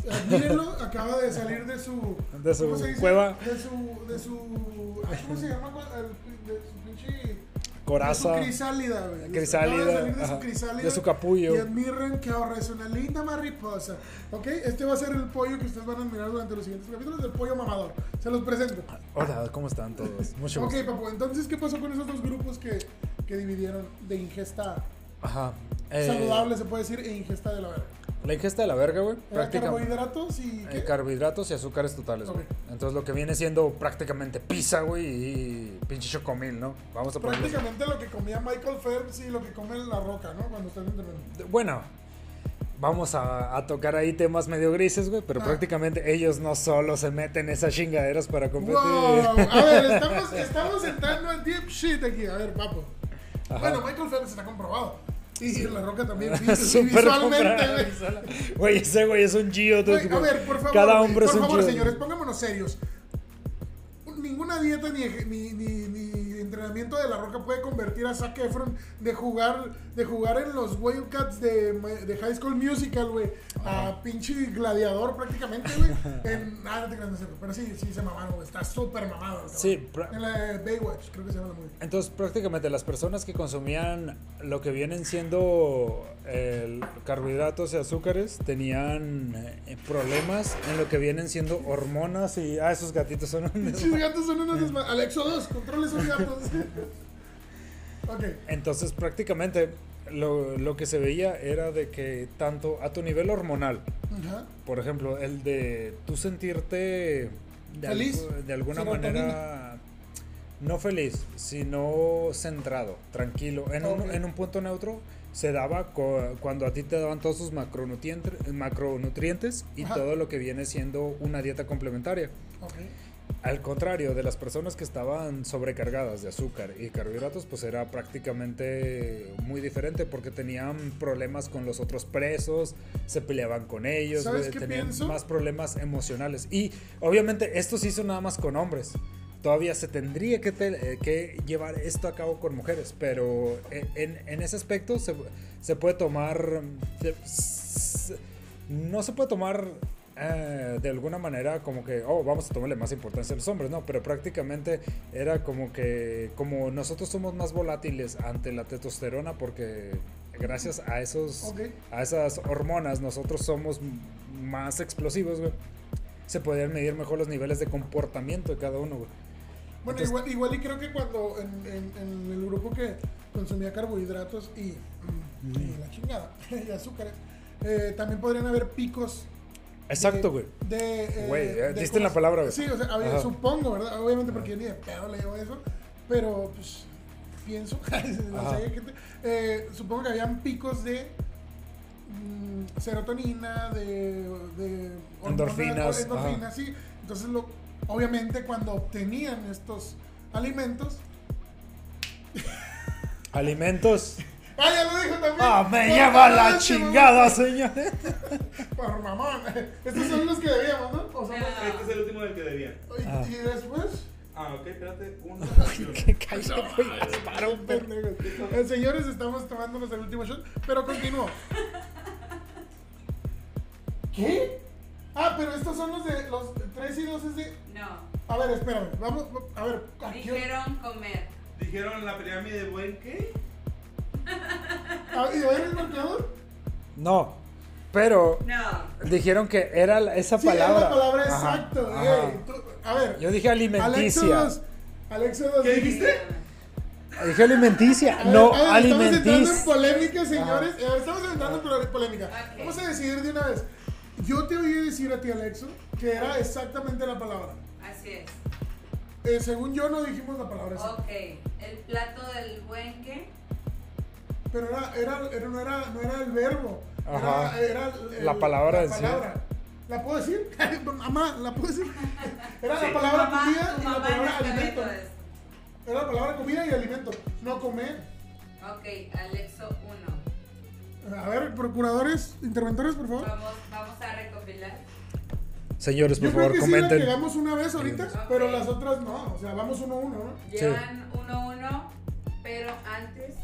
[LAUGHS]
Mírenlo, acaba de salir de su...
De su
¿cómo se dice?
cueva.
De su... De su ay, ¿Cómo se llama? cua- el- De su pinche...
Coraza.
De su crisálida, güey.
Crisálida,
Acaba de salir de
ajá,
su crisálida.
de su capullo.
Y admiren que ahora es una linda mariposa. ¿Ok? Este va a ser el pollo que ustedes van a admirar durante los siguientes capítulos del pollo mamador. Se los presento.
Hola, ¿cómo están todos? Mucho
Ok,
gusto.
papu, entonces, ¿qué pasó con esos dos grupos que, que dividieron de ingesta
Ajá. Eh,
saludable, Eh, se puede decir, e ingesta de la verga?
La ingesta de la verga, güey.
Era
prácticamente-
carbohidratos y.
Eh,
¿qué?
carbohidratos y azúcares totales, güey.
Ok.
Entonces lo que viene siendo prácticamente pizza, güey, y pinche chocomil, ¿no? Vamos a ponerlo. así.
Prácticamente lo que comía Michael Phelps y lo que come la roca, ¿no? Cuando están entrenando.
Bueno, vamos a, a tocar ahí temas medio grises, güey, pero
Ah.
prácticamente ellos no solo se meten esas chingaderas para competir.
Wow,
[LAUGHS]
a ver, estamos, estamos entrando en deep shit aquí. A ver, papo.
Ajá.
Bueno, Michael Phelps está comprobado. Y La
[LAUGHS]
Roca también. y- y
Súper
visualmente,
comprado,
güey.
visual- Güey, ese güey es un geodude,
Güey, A
güey.
ver, por favor.
Cada
güey,
hombre es
por
un
favor,
geodude.
señores, pongámonos serios. Ninguna dieta ni, eje- ni, ni- ni entrenamiento de la roca puede convertir a Zac Efron de jugar, de jugar en los Wildcats de, Ma- de High School Musical, güey.
Ah.
A pinche gladiador prácticamente, güey. En, [LAUGHS] ah, no te creas, no es cierto, Pero sí, sí se mamaron, güey. Está súper mamado. el
Sí,
cabrón.
pra-
En la de Baywatch, creo que se llama la movie.
[LAUGHS] Entonces, prácticamente las personas que consumían lo que vienen siendo eh, carbohidratos y azúcares tenían eh, problemas en lo que vienen siendo hormonas y. Ah, esos gatitos son. un-
Pinches gatos son unos desma... Alexo 2, controles esos gatos.
[LAUGHS]
ok.
Entonces, prácticamente lo, lo que se veía era de que tanto a tu nivel hormonal,
Ajá.
por ejemplo, el de tú sentirte de,
Feliz,
algu- de alguna
serotonina.
manera no feliz, sino centrado, tranquilo, en,
Ok.
un, en un punto neutro se daba co- cuando a ti te daban todos sus macronutrientes, macronutrientes y
Ajá.
todo lo que viene siendo una dieta complementaria.
Ok.
Al contrario de las personas que estaban sobrecargadas de azúcar y carbohidratos, pues era prácticamente muy diferente porque tenían problemas con los otros presos, se peleaban con ellos,
¿Sabes
güey,
qué
tenían
pienso?
más problemas emocionales. Y obviamente esto se hizo nada más con hombres. Todavía se tendría que, te- eh, que llevar esto a cabo con mujeres, pero en, en- en ese aspecto se, se puede tomar... se- no se puede tomar eh, de alguna manera como que, oh, vamos a tomarle más importancia a los hombres, no, pero prácticamente era como que, como nosotros somos más volátiles ante la testosterona porque gracias a esos,
Ok.
a esas hormonas nosotros somos m- más explosivos, güey. Se podían medir mejor los niveles de comportamiento de cada uno, güey.
Bueno,
Entonces-
igual, igual y creo que cuando en, en- en el grupo que consumía carbohidratos y, mm, y la chingada, [LAUGHS] y azúcares, eh, también podrían haber picos.
Exacto,
de- [LAUGHS]
güey.
De, eh,
Güey, eh,
de
diste en la
cosas.
palabra, güey.
Sí, o sea, a ver,
Ajá.
supongo, ¿verdad? Obviamente porque yo ni de pedo le llevo eso, pero pues pienso, [LAUGHS] no
Ajá.
sé, gente, eh, supongo que habían picos de mm, serotonina, de, de hormonas,
Endorfinas,
endorfinas,
ajá.
sí. Entonces lo Obviamente cuando obtenían estos alimentos.
Alimentos.
¡Ah, ya lo dijo también!
¡Ah, me
Por
lleva
mamón,
la
este mamón.
chingada, [LAUGHS] señores!
Por mamón. [LAUGHS] Estos son los que debíamos, ¿no? O sea,
Este es el último del que debía.
y-
Ah.
y después.
Ah, ok, espérate.
[LAUGHS]
Una
¡Qué
canción.
calle, güey! ¡Para un pendejo!
Pendejos. Eh, Señores, estamos tomándonos el último shot, pero continúo. ¿Qué? Ah, pero estos son los de los 3 y 2 es de.
No.
A ver, espérame, vamos, a ver, ¿a qué hora?
Dijeron comer.
Dijeron la pirámide de buen qué?
Ah, ¿Y a ver el marcador?
No, pero
No.
dijeron que era la- esa
Sí,
palabra.
es la palabra
Ajá,
exacta.
ajá.
güey. Tú- A ver.
Yo dije
Alexo
alimenticia.
2. Alexo 2.
¿Qué dijiste?
Dije alimenticia, no
Estamos entrando en
alimenticia.
polémica, señores. Eh, Estamos entrando en pol- polémica.
Ok.
Vamos a decidir de una vez. Yo te oí decir a ti, Alexo, que era exactamente la palabra.
Así es.
Eh, según yo no dijimos la palabra exacta.
Ok. El plato del buenque.
Pero era, era, era- no, era, no era el verbo.
Ajá.
Era, era el-
La palabra
la
en sí.
palabra. ¿La puedo decir? [LAUGHS] mamá, ¿la puedo
[LAUGHS]
decir? Era
Sí.
la palabra
Mamá,
comida
tu
y la
mamá
palabra
no sabe
alimento.
todo esto.
Era la palabra comida y alimento. No comer.
Ok, Alexo 1.
A ver, procuradores, interventores, por favor.
Vamos, vamos a recopilar.
Señores, Pues, por
Yo creo
favor,
que sí
comenten.
la llegamos una vez ahorita,
Ok.
pero las otras no. O sea, vamos uno a uno, ¿no?
Sí.
Llevan 1-1, pero antes.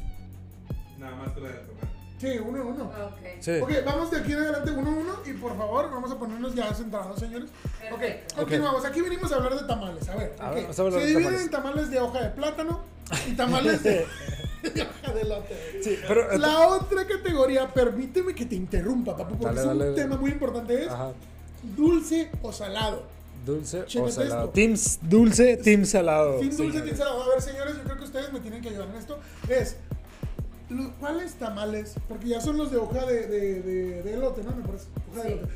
Nada más te la de tomar.
Sí, uno a uno.
Ok.
Sí.
Ok, vamos de aquí en adelante uno a uno y por favor vamos a ponernos ya centrados, señores.
Perfecto.
Ok, continuamos. Aquí venimos a hablar de tamales. A ver,
A
ok.
ver, vamos a hablar de
se dividen
tamales.
en tamales de hoja de plátano y tamales
[LAUGHS]
de, de hoja de elote.
Sí, pero.
La otra categoría, permíteme que te interrumpa, papu, porque
Dale,
es un
dale.
tema muy importante, es
Ajá.
dulce o salado.
Dulce o
Chécate
salado.
esto.
Team s- dulce, team salado.
Sin dulce,
señores.
sin salado. A ver, señores, yo creo que ustedes me tienen que ayudar en esto. Es, lo- ¿cuáles tamales? Porque ya son los de hoja de, de- de- de elote, ¿no? Me parece. Hoja de
Sí.
elote.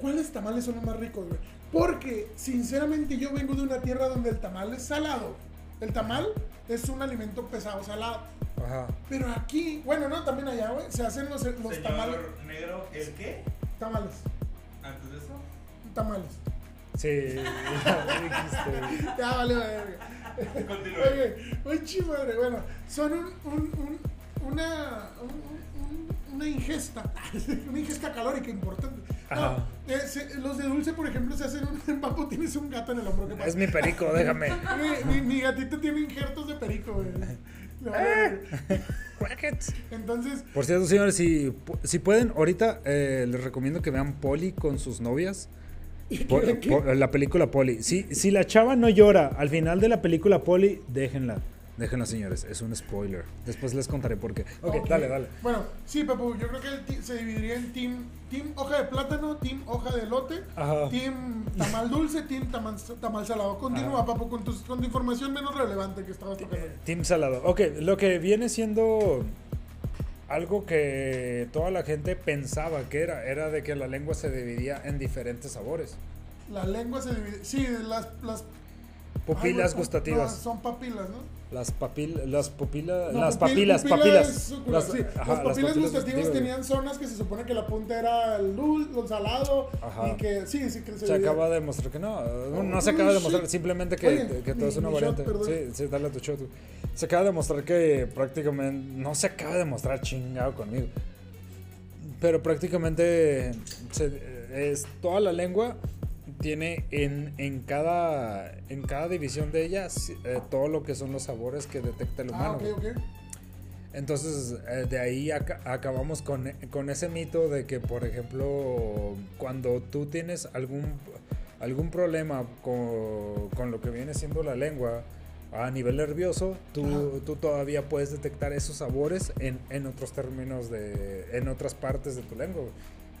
¿Cuáles tamales son los más ricos, güey? Porque, sinceramente, yo vengo de una tierra donde el tamal es salado. El tamal es un alimento pesado, salado.
Ajá.
Pero aquí, bueno, no, también allá, güey, se hacen los, los
Señor
tamales.
negro, ¿el qué?
Tamales.
Antes de eso.
Tamales.
Sí. [LAUGHS] ya dijiste.
[LAUGHS] Ya, vale, verga.
Continúe.
Oye, oye, madre, bueno, son un, un- un- una, un- un- una ingesta, [LAUGHS] una ingesta calórica importante. No,
Ajá.
eh, se- los de dulce, por ejemplo, se hacen un [LAUGHS] en papo, tienes un gato en el hombro, ¿qué
es
pasa?
mi perico, déjame.
[LAUGHS] Mi, mi- mi gatito tiene injertos de
[LAUGHS]
perico, güey. Le vale, güey. Entonces,
Por cierto, señores, si, pu- si pueden, ahorita eh, les recomiendo que vean Poli con sus novias. Po- po- la película Poli. Si, si la chava no llora al final de la película Poli, déjenla. Déjenla, señores. Es un spoiler. Después les contaré por qué. Ok,
ok.
dale, dale.
Bueno, sí, papu, yo creo que el ti- se dividiría en team, team hoja de plátano, team hoja de elote,
Ajá.
team tamal dulce, team tamal, tamal salado. Continúa, papu, con, tus- con tu información menos relevante que estabas tocando.
Team Salado. Ok, lo que viene siendo algo que toda la gente pensaba que era, era de que la lengua se dividía en diferentes sabores.
La lengua se divide. Sí, las. las
Pupilas
algo- no,
gustativas.
son papilas, ¿no?
Las papil, las pupilas,
No,
las
pupil-
papilas,
pupila
papilas.
es su culo, sí. Las,
ajá,
papilas gustativas
güey.
tenían zonas que se supone que la punta era el dulce, el salado.
Ajá.
Y que. Sí, sí, que se,
Se
dividía.
acaba de demostrar que no, no, no se
Oh,
acaba de
shit.
demostrar, simplemente que,
Oye,
que todo
mi-
es una
mi shot,
variante.
perdón.
sí, sí, dale tu shot. güey. Se acaba de demostrar que prácticamente, no se acaba de demostrar chingado conmigo, pero prácticamente se- es toda la lengua tiene en, en cada en cada división de ellas eh, todo lo que son los sabores que detecta el humano.
Ah, ok,
güey.
ok.
Entonces, eh, de ahí aca- acabamos con, con ese mito de que, por ejemplo, cuando tú tienes algún, algún problema con, con lo que viene siendo la lengua a nivel nervioso, tú, tú todavía puedes detectar esos sabores en, en otros términos, de, en otras partes de tu lengua.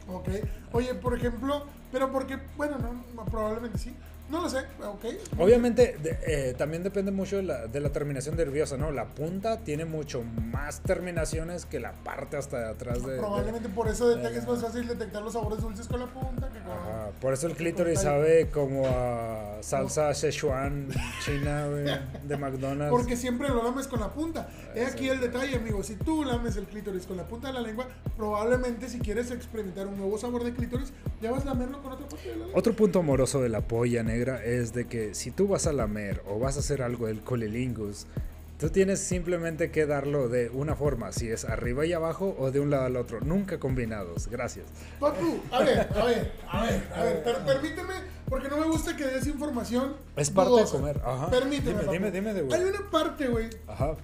güey.
Ok. Oye, por ejemplo, pero porque, bueno, no, no, probablemente sí. No lo sé, ok.
Obviamente, de- eh, también depende mucho de la, de la terminación nerviosa, ¿no? La punta tiene mucho más terminaciones que la parte hasta de atrás de- de,
Ah, probablemente por eso dete-
de-
es más fácil detectar los sabores dulces con la punta que con.
Ajá, por eso el clítoris
Con
sabe como a salsa Szechuan china güey, de McDonald's.
Porque siempre lo lames con la punta. He aquí
Ah, sí.
el detalle, amigo. Si tú lames el clítoris con la punta de la lengua, probablemente si quieres experimentar un nuevo sabor de clítoris, ya vas a lamerlo con otra parte de la lengua.
Otro punto amoroso de la polla, negra es de que si tú vas a lamer o vas a hacer algo del colilingus, tú tienes simplemente que darlo de una forma, si es arriba y abajo o de un lado al otro, nunca combinados. Gracias.
Papu, a ver, a ver, a ver, a ver, per- permíteme, porque no me gusta que des información.
Es parte de
dudosa.
comer. Ajá.
Permíteme.
Dime,
papu.
dime, dime de güey.
Hay una parte, güey,
Ajá,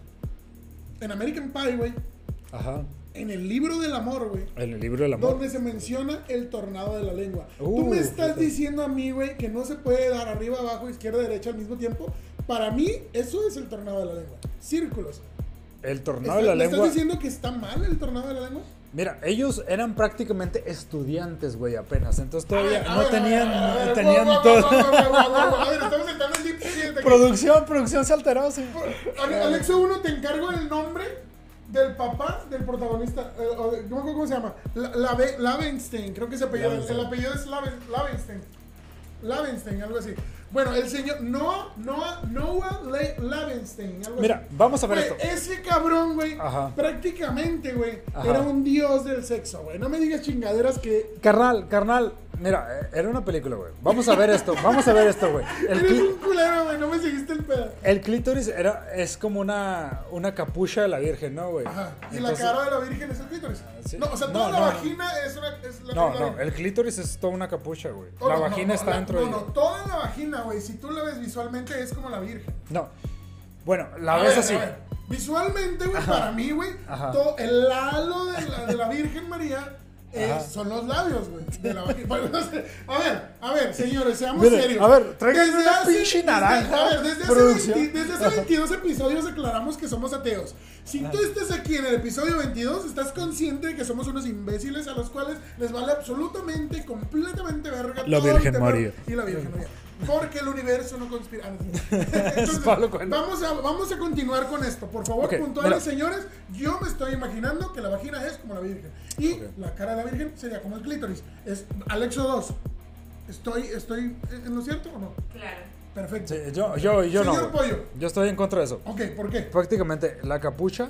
en American Pie, güey,
ajá.
en el libro del amor, güey.
En el libro del amor.
Donde se menciona el tornado de la lengua. Tú
Uh,
me estás
fíjate.
diciendo a mí, güey, que no se puede dar arriba, abajo, izquierda, derecha al mismo tiempo. Para mí, eso es el tornado de la lengua. Círculos.
El
Está-
tornado de la
¿Me
lengua.
estás diciendo que está mal el tornado de la lengua?
Mira, ellos eran prácticamente estudiantes, güey, apenas. Entonces
A
todavía
ver, a
no
ver, a ver,
tenían,
a ver,
no
guau,
tenían
guau,
todo.
guau, guau, guau, guau, guau. A ver, estamos entrando en deep shit aquí.
producción, producción se alteró. sí.
Ale- Alexo 1, te encargo el nombre del papá del protagonista. eh, o de- no me acuerdo cómo se llama. La- Lave- Lavenstein, creo que se apellido.
Lavenstein.
El apellido es Lave- Lavenstein. Lavenstein, algo así. Bueno, el señor Noah, Noah, Noah Le- Lavenstein. Algo
Mira,
así.
vamos a ver
Güey,
esto.
ese cabrón, güey,
Ajá.
prácticamente, güey,
Ajá.
era un dios del sexo, güey. No me digas chingaderas que
Carnal, carnal. Mira, eh, era una película, güey. Vamos a ver esto, vamos a ver esto, güey. El,
eres un
cli-
culero, güey. No me seguiste el pedo.
el clítoris era, es como una, una capucha de la Virgen, ¿no, güey?
Ajá. Y
Entonces- Ah,
la cara de la Virgen es el clítoris.
sí.
No, o sea,
No,
toda la
no, no.
vagina es una. Es la
No,
la-
no, el clítoris es toda una capucha, güey.
Oh,
la
no,
vagina
no,
está
la-
dentro
No,
de
no,
ella.
toda la vagina, güey. Si tú la ves visualmente, es como la Virgen.
No. Bueno, la
A
ves
ver,
así.
a ver, Visualmente, güey, para mí, güey,
Ajá.
todo el halo de la, de la Virgen María. eh,
Ajá.
son los labios, güey. de la vagina. Bueno, no sé. a ver, a ver, señores, seamos
Miren,
serios.
a ver, traigan
Desde
una
hace-
pinche
desde-
naranja,
a ver, desde hace,
producción.
20 desde hace 22 episodios aclaramos que somos ateos. Si tú estás aquí en el episodio 22, estás consciente de que somos unos imbéciles a los cuales les vale absolutamente, completamente verga
La
todo el
Virgen
tema
María.
Y la Virgen María. Porque el universo no conspira. Ah, no, sí.
[LAUGHS]
Entonces,
Pablo Coelho.
vamos, a, vamos a continuar con esto. Por favor,
Ok,
puntuales,
mira.
señores. Yo me estoy imaginando que la vagina es como la Virgen. Y la cara de la Virgen sería como el clítoris. Es Alexo 2. ¿Estoy, estoy en lo cierto o no?
Claro.
Perfecto.
Sí, yo, yo, yo no.
Señor
güey.
Pollo.
Yo estoy en contra de eso.
Ok, ¿por qué?
Prácticamente la capucha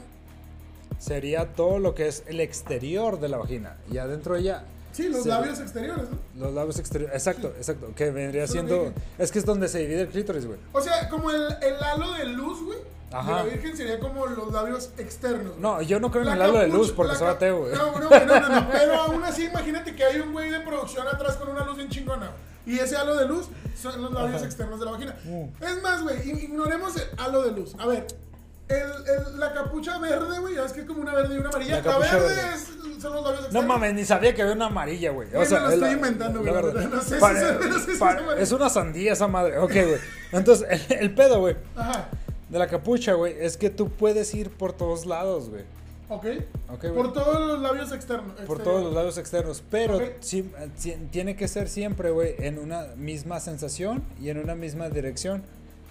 sería todo lo que es el exterior de la vagina. Y adentro de ella.
Sí, los
se-
labios exteriores, ¿no?
Los labios exteriores. Exacto, exacto. Que vendría
Solo
siendo.
virgen.
Es que es donde se divide el clítoris, güey.
O sea, como el, el halo de luz, güey. De
Ajá.
la Virgen sería como los labios externos. güey.
No, yo no creo en
La
el halo de
capucha-
luz porque
la
soy
cap-
ateo, güey.
No, no, güey, no, no, no. Pero aún así, imagínate que hay un güey de producción atrás con una luz bien chingona. Y ese halo de luz son los labios externos de la vagina.
Mm.
Es más, güey, ig- ignoremos el halo de luz. A ver, el, el- la capucha verde, güey, ya ves que es como una verde y una amarilla.
La
La,
capucha
verde,
verde.
es, son los labios externos.
No mames, ni sabía que había una amarilla, güey.
Güey, me lo estoy inventando, güey,
la
la
verdad.
verdad. No sé si
Pare-
sea- [LAUGHS] no sé si es
pare-
amarilla.
es una sandía esa madre. Ok, güey. Entonces, el, el pedo, güey,
Ajá,
de la capucha, güey, es que tú puedes ir por todos lados, güey.
ok.
Ok, güey.
Por todos los labios externos.
Por
exteriores.
todos los lados externos. Pero
Ok.
sí, eh, sí, tiene que ser siempre, güey, en una misma sensación y en una misma dirección.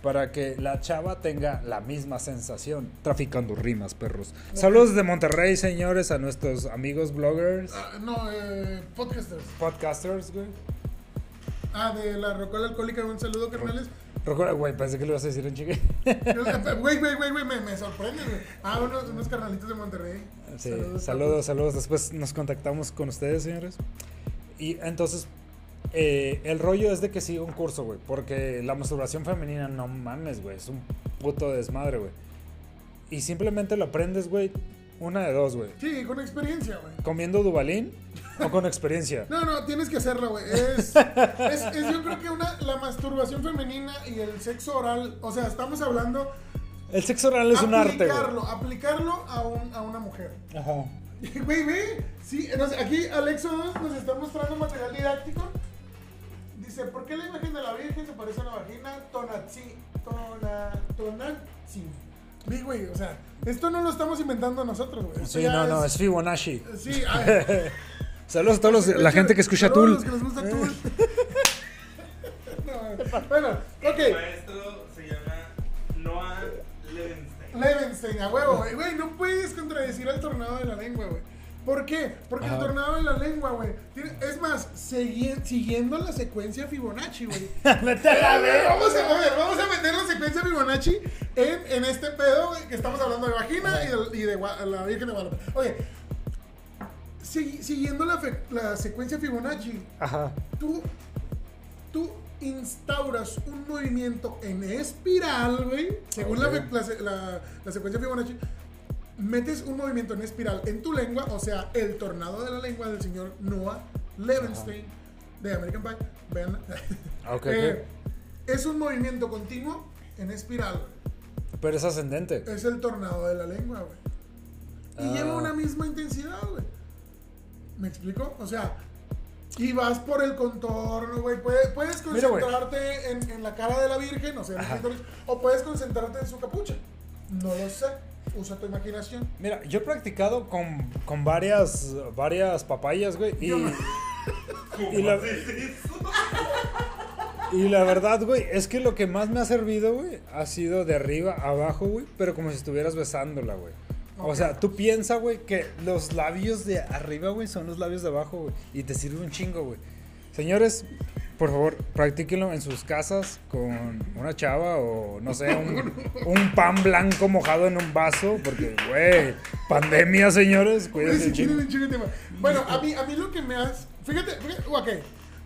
Para que la chava tenga la misma sensación. Traficando rimas, perros. Saludos desde Monterrey, señores, a nuestros amigos bloggers,
Ah, no, eh, podcasters.
podcasters, güey.
Ah, de la Rocola Alcohólica, un saludo, carnales.
Recuerda, güey, pensé que lo ibas a decir en chique.
Güey, güey, güey, güey, me, me sorprende, güey. Ah, unos, unos carnalitos de Monterrey.
Sí, saludos, saludos, Después nos contactamos con ustedes, señores. Y entonces, eh, el rollo es de que siga un curso, güey. Porque la masturbación femenina, no mames, güey. Es un puto desmadre, güey. Y simplemente lo aprendes, güey. Una de dos, güey.
Sí, con experiencia, güey.
Comiendo Dubalín o con experiencia.
[LAUGHS] No, no, tienes que hacerlo, güey.
[LAUGHS]
Es, es, es yo creo que una, la masturbación femenina y el sexo oral, o sea, estamos hablando...
El sexo oral es un arte,
aplicarlo,
güey.
aplicarlo a, un, a una mujer.
Ajá.
[LAUGHS] Güey, ve. Sí, no sé, aquí Alexo 2 nos está mostrando material didáctico. Dice, ¿por qué la imagen de la Virgen se parece a una vagina? Tonatzi. Tona, tonatzi. Vi, güey, o sea, esto no lo estamos inventando nosotros, güey. Esto
Sí,
ya
no, no, es Fibonacci.
Sí,
[LAUGHS]
ay,
Saludos a todos los, la gente que escucha
saludos
Tool. [LAUGHS]
a los que les gusta Tool. [LAUGHS] No, bueno,
El
ok.
maestro se llama Noah Levenstein.
Levenstein, a huevo, güey. Güey, no puedes contradecir al tornado de la lengua, güey. ¿Por qué? Porque el
Ajá.
tornado de la lengua, güey. tiene- Es más, segui- siguiendo la secuencia Fibonacci, güey.
Vete a la verga.
Vamos [LAUGHS] a, a ver, vamos a meter la secuencia Fibonacci en, en este pedo güey, que estamos hablando de vagina y del- y de, Gua- la Virgen de Guadalupe. Oye, sigui- siguiendo la, fe- la secuencia Fibonacci,
Ajá.
tú, tú in- instauras un movimiento en espiral, güey, según la,
Ok.
la se- la- la secuencia Fibonacci, metes un movimiento en espiral en tu lengua, o sea, el tornado de la lengua del señor Noah Levenstein de American Pie. Vean.
Ah, Ok,
[LAUGHS] Eh, Es un movimiento continuo en espiral, güey.
Pero es ascendente.
Es el tornado de la lengua, güey. Y
Ah.
lleva una misma intensidad, güey. ¿Me explico? O sea, y vas por el contorno, güey. Puedes, puedes
Mira, güey.
concentrarte en, en la cara de la Virgen, o sea, en el
Ajá.
clítoris, o puedes concentrarte en su capucha. No lo sé. Usa tu imaginación.
Mira, yo he practicado con, con varias, varias papayas, güey. Y,
¿Cómo
Y la-
haces eso?
y la verdad, güey, es que lo que más me ha servido, güey, ha sido de arriba a abajo, güey, pero como si estuvieras besándola, güey. O
Ok.
sea, tú piensa, güey, que los labios de arriba, güey, son los labios de abajo, güey. Y te sirve un chingo, güey. Señores, por favor, practíquenlo en sus casas con una chava o, no sé, un, un pan blanco mojado en un vaso. Porque, güey, pandemia, señores,
Uy,
cuídense
[LAUGHS] sí,
un chingo.
tienen un chingo de tema. Bueno, a mí, a mí lo que me has. Fíjate, fíjate, ok.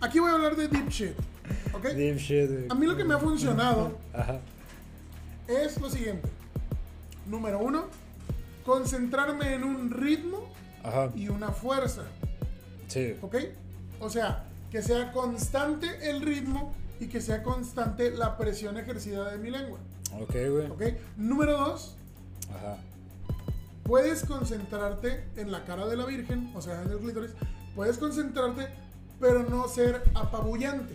Aquí voy a hablar de deep shit. ¿Ok?
Deep shit, güey.
A mí lo que me ha funcionado
Ajá.
es lo siguiente. Número uno, concentrarme en un ritmo
Ajá.
y una fuerza.
Sí.
¿Ok? O sea, que sea constante el ritmo y que sea constante la presión ejercida de mi lengua.
Ok, güey.
¿Ok? Número dos,
Ajá.
puedes concentrarte en la cara de la Virgen, o sea, en el clítoris. Puedes concentrarte, pero no ser apabullante.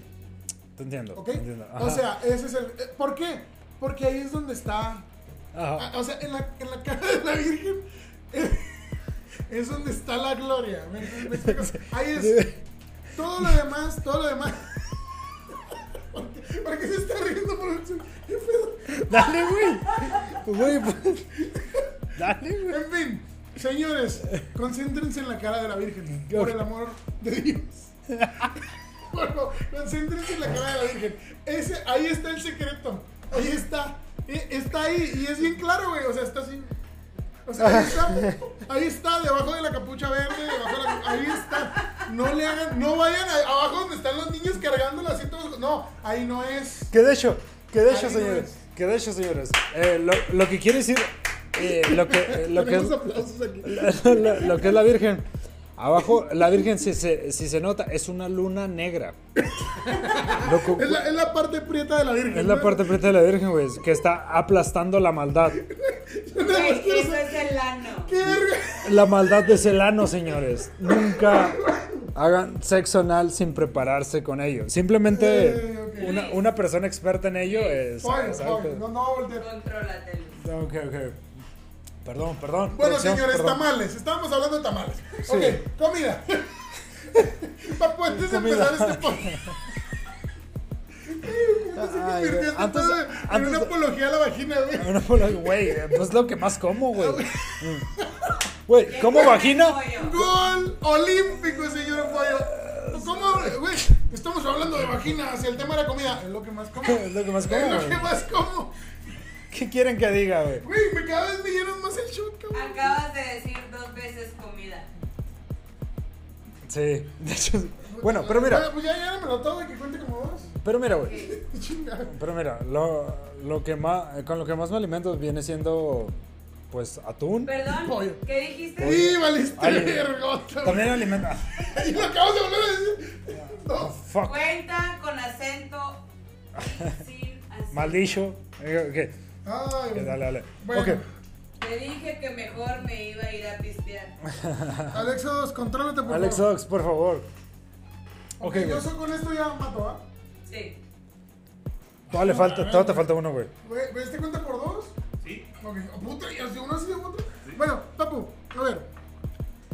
Te entiendo.
¿Ok?
te entiendo.
O
Ajá.
sea, ese es el... eh, ¿Por qué? Porque ahí es donde está...
Ajá.
ah, O sea, en la, en la cara de la Virgen eh, es donde está la gloria. ¿me- me explico? Ahí es... Todo lo demás, todo lo demás... ¿Por qué, por qué se está riendo? Por- ¿Qué pedo?
[LAUGHS] Dale, güey. Güey, pues. [LAUGHS] Dale, güey.
En fin, señores, concéntrense en la cara de la Virgen.
Yo-
Por el amor de Dios. [LAUGHS] Por favor, concéntrense en la cara de la Virgen. Ese, ahí está el secreto. Ahí está. E- Está ahí y es bien claro, güey. O sea, está así. O sea, ahí está, ahí está, debajo de la capucha verde, debajo de la, ahí está. No le hagan, no vayan a- abajo donde están los niños cargándola así todos. No, ahí no es.
Que de hecho, que de hecho,
Ahí no
señores.
es.
Que de hecho, señores. eh, lo, lo que quiere decir. eh, lo, que, eh,
[LAUGHS]
lo, que es,
Tenemos aplausos aquí.
[LAUGHS] lo, lo que es la Virgen. Abajo, la Virgen, si se, si se nota, es una luna negra. Lo cu-
[LAUGHS] Es la, es la parte prieta de la Virgen.
es la
¿no?
parte preta de la Virgen, güey, que está aplastando la maldad.
Güey, eso es el ano.
¿Qué verga?
La maldad de Celano, señores. Nunca hagan sexo anal sin prepararse con ello. Simplemente
Eh, ok.
una, una persona experta en ello es.
Oye,
sabe
oye,
que-
no, no, voltea.
Contrólate. Luis.
Ok, ok. Perdón, perdón.
Bueno,
producción,
señores,
perdón.
tamales. Estábamos hablando de tamales.
Sí.
Ok, comida. [LAUGHS] Papu, antes de
Comida.
empezar este podcast.
Ay, güey, antes-
[LAUGHS] Antes, en
antes
una
de- Ah.
apología a la vagina, güey.
Una bola- Güey, es lo que más como, güey. Mm. Güey, ¿cómo
[LAUGHS]
vagina? [LAUGHS]
Gol olímpico, señor Pollo. ¿Cómo, güey? Estamos hablando de vaginas. y El tema era comida. Es lo que más
[LAUGHS]
como.
Es lo que más como,
Es lo
güey.
que más como.
¿Qué quieren que diga, güey?
Güey, me cada vez me llenan más el shot, cabrón.
Acabas de decir dos veces comida.
Sí. de hecho, Bueno, pero mira,
Pues ya, ya me lo tomo y que cuente como dos. [LAUGHS]
pero mira, güey.
Chingada.
Pero mira, lo, lo que más, con lo que más me alimento viene siendo, pues, atún.
Perdón,
Pollo.
¿qué dijiste?
Sí, valiste
Ay,
vergota. güey.
También alimenta.
[LAUGHS] Y lo acabas de volver a decir.
Oh, fuck.
Cuenta con acento y sin acento.
Maldicho. Eh,
Ay,
Ok, ok, dale, dale.
Bueno.
Ok.
Te dije que mejor me iba a ir a pistear.
Alexos, contrólate por
Alex
favor.
Ox, por favor. Ok,
Yo
güey.
soy con esto ya mato, ¿ah?
Sí.
Todavía, le falta, todavía te falta uno, güey. [LAUGHS]
Güey, ¿Ves? ¿Te cuenta por dos?
Sí,
Ok, oh, puta, y así uno así de otro. Bueno, Papu, a ver.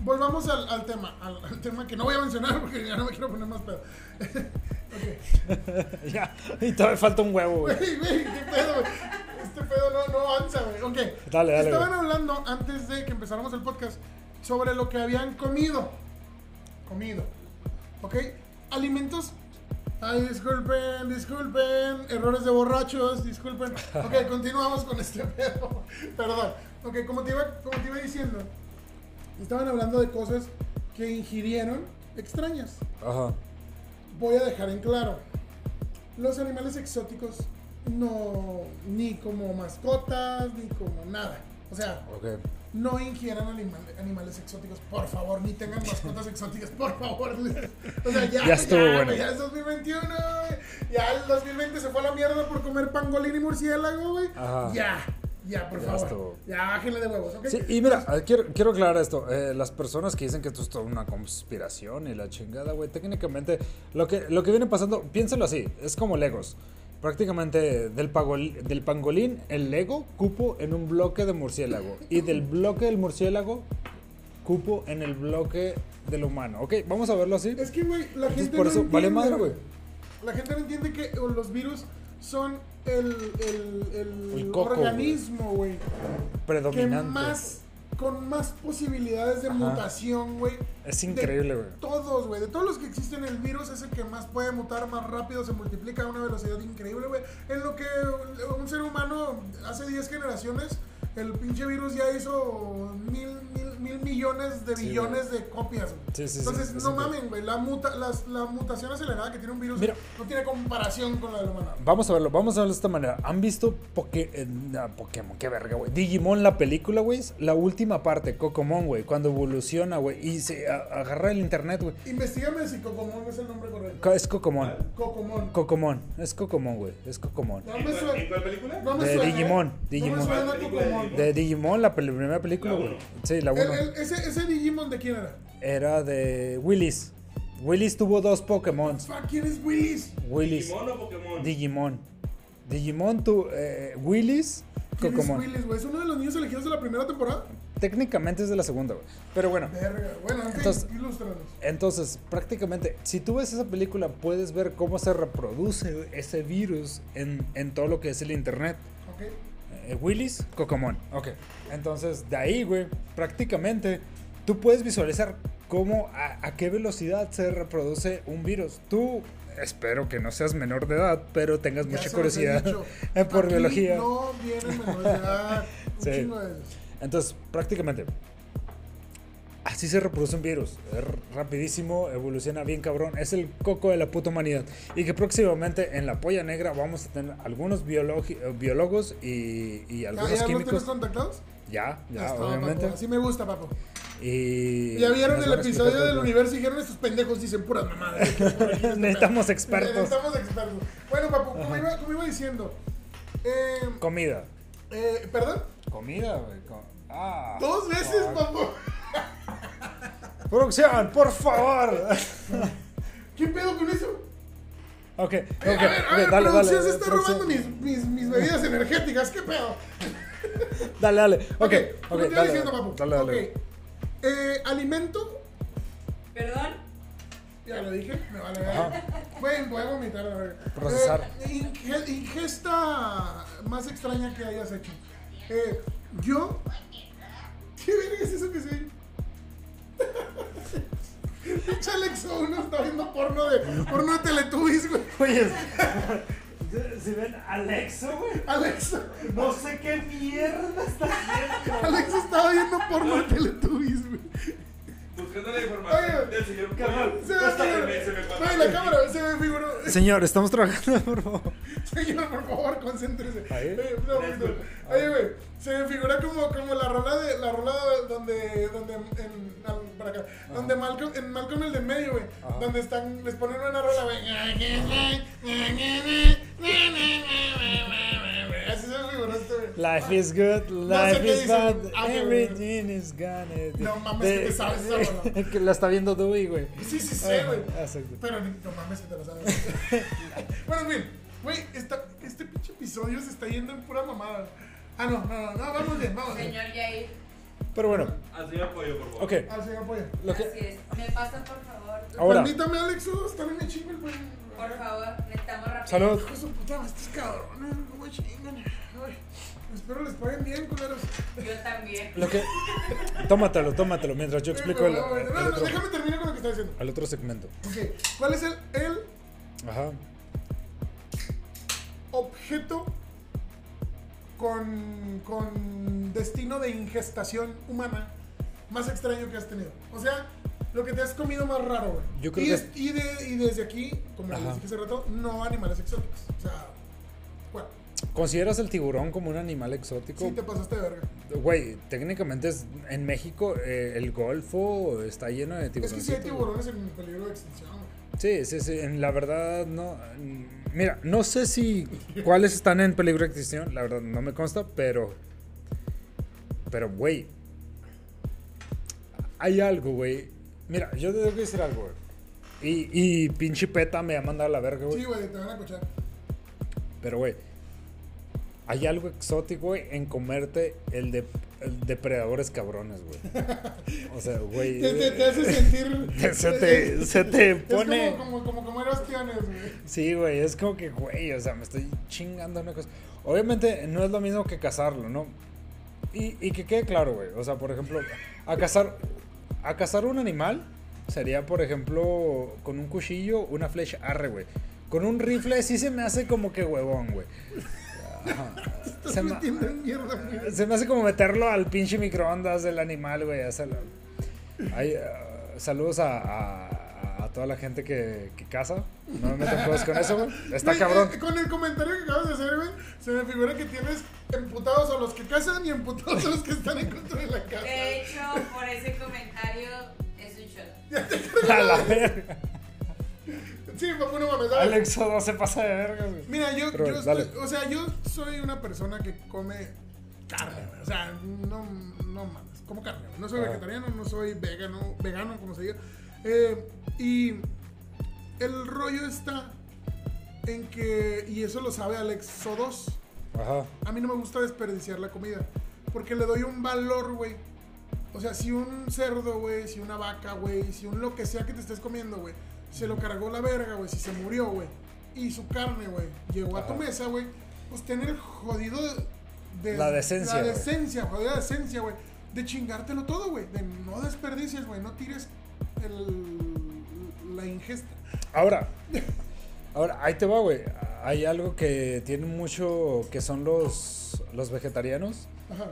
Volvamos al, al tema, al, al tema que no voy a mencionar porque ya no me quiero poner más pedo. ok.
Ya. Y todavía falta un huevo, güey.
Güey, güey, qué pedo, güey. Este pedo no, no avanza, güey. Ok.
Dale, dale,
Estaban
güey.
hablando antes de que empezáramos el podcast sobre lo que habían comido. Comido. ¿Ok? Alimentos. Ay, disculpen, disculpen. Errores de borrachos, disculpen.
[LAUGHS]
Ok, continuamos con este pedo. Perdón. Ok, como te, iba, como te iba diciendo, estaban hablando de cosas que ingirieron extrañas.
Ajá.
Voy a dejar en claro. los animales exóticos no, ni como mascotas, ni como nada. O sea,
Ok.
no ingieran animal- animales exóticos, por favor, ni tengan
[LAUGHS]
mascotas exóticas, por favor. [LAUGHS] O sea, ya,
Ya estuvo
ya,
bueno.
güey, ya es 2021, güey. ya el 2020 se fue a la mierda por comer pangolín y murciélago, güey.
Ajá.
Ya, ya, por
Ya
favor.
estuvo.
Ya, bájenle de huevos, ¿ok?
Sí, y mira, eh, quiero, quiero aclarar esto. Eh, las personas que dicen que esto es toda una conspiración y la chingada, güey, técnicamente lo que, lo que viene pasando, piénsalo así, es como Legos. Prácticamente del, pagol- del pangolín, el Lego cupo en un bloque de murciélago. Y del bloque del murciélago, cupo en el bloque del humano. Ok, vamos a verlo así.
Es que, güey, la
Entonces,
gente
por
no
eso, vale
entiende,
madre, güey.
La gente no entiende que los virus son el, el, el,
El coco,
organismo, güey, que
Predominante.
más, con más posibilidades de
Ajá.
mutación, güey.
Es
de
increíble, güey.
Todos, güey, de todos los que existen, el virus es el que más puede mutar, más rápido, se multiplica a una velocidad increíble, güey. En lo que un ser humano hace 10 generaciones, el pinche virus ya hizo mil, mil, mil millones de
Sí,
billones de copias, güey.
Sí, sí, sí,
Entonces,
es
no
increíble.
mamen, güey, la, muta, las- la mutación acelerada que tiene un virus
Mira.
no tiene comparación con la del humano.
Vamos a verlo, vamos a verlo de esta manera. ¿Han visto Poké- eh, ah, Pokémon? Qué verga, güey. Digimon, la película, güey. es La última parte, Cocomon, güey. Cuando evoluciona, güey. Y se a- agarra el internet, güey.
Investígame si Cocomón es el nombre correcto.
Co- Es Cocomon.
Cocomón.
Cocomón. Es Cocomon, güey. Es Cocomon.
No
¿En
me
cuál,
suena.
en cuál película?
No me
De
suena, ¿eh?
Digimon,
No me
Digimon.
suena
¿Cuál película de
Cocomón.
Digimon?
De Digimon, la pel- primera película,
La
güey.
uno.
Sí, la
El-
1.
el- ese, ese Digimon de quién era?
Era de Willis. Willis tuvo dos Pokémon.
Fuck, ¿quién es Whis?
Willis.
¿Digimon o Pokémon?
Digimon. Digimon, tu. eh, Willis,
¿Quién es
Cocomon.
Willis, güey? ¿Es uno de los niños elegidos de la primera temporada?
Técnicamente es de la segunda, güey. Pero bueno.
Verga. Bueno, en fin,
Entonces-
ilústranos.
Entonces, prácticamente, si tú ves esa película, puedes ver cómo se reproduce ese virus en, en todo lo que es el internet.
Ok.
Eh, Willis, Cocomón. Ok. Entonces, de ahí, güey, prácticamente, tú puedes visualizar cómo, a, a qué velocidad se reproduce un virus. Tú, espero que no seas menor de edad, pero tengas
Ya
mucha
se los he
curiosidad
dicho.
eh, [LAUGHS] por
Aquí
biología.
No vienen menores de edad. Un
Sí.
chingo de esos.
Entonces, prácticamente, así se reproduce un virus. Es rapidísimo, evoluciona bien cabrón. Es el coco de la puta humanidad. Y que próximamente en la polla negra vamos a tener algunos biologi- eh, biólogos y, y
¿Ya,
algunos
ya los tienes
químicos.
contactados?
Ya, ya,
está, papo.
obviamente.
Así me gusta, papo.
Y
Ya vieron
nos
el
van a explicar
episodio del
todo. [LAUGHS]
universo y dijeron estos pendejos dicen puras mamadas.
Necesitamos [LAUGHS] expertos.
Estamos expertos. Bueno, papu, como iba, como iba diciendo, eh,
Comida.
eh, ¿perdón?
Comida, güey. co- Ah.
Dos veces, papu.
Producción, por favor. [LAUGHS]
¿Qué pedo con eso?
ok, ok,
Eh, a ver, a
ok, dale,
ver,
dale.
producción se está
producción.
robando mis, mis, mis bebidas energéticas. ¿Qué pedo?
Dale, dale. Ok, ok,
como te
dale,
iba diciendo,
dale,
papu.
dale, dale.
Ok. Eh, alimento,
¿Perdón?
ya lo dije, me vale ver. Bueno, voy a vomitar, la verga.
Procesar.
Eh, inge- ingesta más extraña que hayas hecho. Eh, yo. ¿Qué verga es eso que se [LAUGHS] oye? Pinche Alex uno está viendo porno de, porno de Teletubbies, güey.
Oye, si ven Alexo, güey,
Alex,
no sé qué mierda está haciendo.
Alex estaba viendo porno de Teletubbies, güey.
Buscando la información
Oye,
del señor
carnal,
Pollo.
Se me
Hasta
figuró.
que me- se me pasó.
Ay, la cámara, se me figuró. [LAUGHS]
Señor, estamos trabajando, por favor.
Señor, por favor, concéntrese.
Ahí.
Eh, no, no. Oye, güey, se me figura como, como la rola de la rola donde donde en al- para acá, donde Malcolm en Malcolm el de en medio, güey,
Ajá.
donde están les ponen una rola, güey. Así se me figuró este. güey.
Life is good,
No sé
life
qué
is
dice.
bad,
Ah, güey,
everything is gone. Eh,
No mames, que te sabes esa rola.
[LAUGHS] que la está viendo Dewey, güey.
Sí, sí, sí,
Ajá,
güey.
exacto.
Pero ni- no mames que te lo sabes. [LAUGHS] bueno, en fin, güey, esta- este pinche episodio se está yendo en pura mamada. Ah, no, no, no, no, vamos bien, vamos bien.
Señor Yair,
Pero bueno,
Al señor Pollo, por favor.
ok.
Al señor Pollo.
Lo
así
que,
es. ¿Me pasan, por favor?
Ahora.
Permítame, Alex, oh, está bien chingo el güey.
Por favor, necesitamos rápido.
salud.
Hijo de su puta, madre, estos cabrones, cómo chingan. Ay, espero les paguen bien, culeros.
Yo también.
Lo que. Tómatelo, tómatelo, mientras yo explico
Eh,
el,
no, no,
el
no,
otro,
déjame terminar con lo que está diciendo.
al otro segmento.
Ok, ¿cuál es el, el
Ajá.
objeto con, con destino de ingestación humana más extraño que has tenido? O sea, Lo que te has comido más raro, güey.
Yo creo
y,
que-
es- y, de- y desde aquí, como les
Ajá.
dije hace rato, no animales exóticos. O sea, bueno,
¿Consideras el tiburón como un animal exótico?
sí te pasaste de verga.
Güey, técnicamente es, en México eh, el Golfo está lleno de
Es
tiburones.
que sí hay tiburones en peligro de extinción, güey.
Sí, sí, sí, en La verdad, no. Mira, no sé si cuáles están en peligro de extinción. La verdad, no me consta, pero. Pero, güey. Hay algo, güey. Mira, yo te tengo que decir algo, güey. Y, y pinche peta me ha mandado a la verga, güey.
Sí, güey, te van a escuchar.
Pero, güey, hay algo exótico, güey, en comerte el de el depredadores cabrones, güey. O sea, güey.
[LAUGHS] Te, te, te hace sentir.
Se [LAUGHS] te-
[LAUGHS]
se te
Es
pone-
como, como, como, como eras tiones, güey.
Sí, güey, es como que, güey, o sea, me estoy chingando una cosa. Obviamente no es lo mismo que cazarlo, ¿no? Y, y que quede claro, güey, o sea, por ejemplo, a cazar, a cazar un animal sería, por ejemplo, con un cuchillo, una flecha, arre, güey. Con un rifle sí se me hace como que huevón, güey. Ajá.
Estás
Se me-
metiendo en mierda, güey.
se me hace como meterlo al pinche microondas del animal, güey. o sea, lo- Ay, ah, saludos a, a- a toda la gente que, que caza. No me metan juegos con eso, güey. Está
Güey,
cabrón.
eh, con el comentario que acabas de hacer, güey, se me figura que tienes emputados a los que cazan y emputados a los que están en contra de la casa.
De hecho, por ese comentario es un
[LAUGHS]
shot.
A la verga.
Sí, papá, no mames, dale.
Alexo no se pasa de vergas, güey.
Mira, yo,
Pero,
yo estoy-
dale.
o sea, yo soy una persona que come carne, güey. o sea, no, no mames, como carne, güey. no soy
Ajá.
vegetariano, no soy vegano, vegano como se diga, Eh, y el rollo está en que, y eso lo sabe Alex Sodos,
Ajá.
a mí no me gusta desperdiciar la comida, porque le doy un valor, güey. O sea, si un cerdo, güey, si una vaca, güey, si un lo que sea que te estés comiendo, güey, se lo cargó la verga, güey, si se murió, güey, y su carne, güey, llegó a tu
Ajá.
mesa, güey, pues tener jodido de,
La decencia,
la
güey.
decencia, jodida decencia, güey, de chingártelo todo, güey, de no desperdicies, güey, no tires el, la ingesta.
Ahora, ahora, ahí te va, güey. Hay algo que tiene mucho que son los, los vegetarianos eh,
Ajá.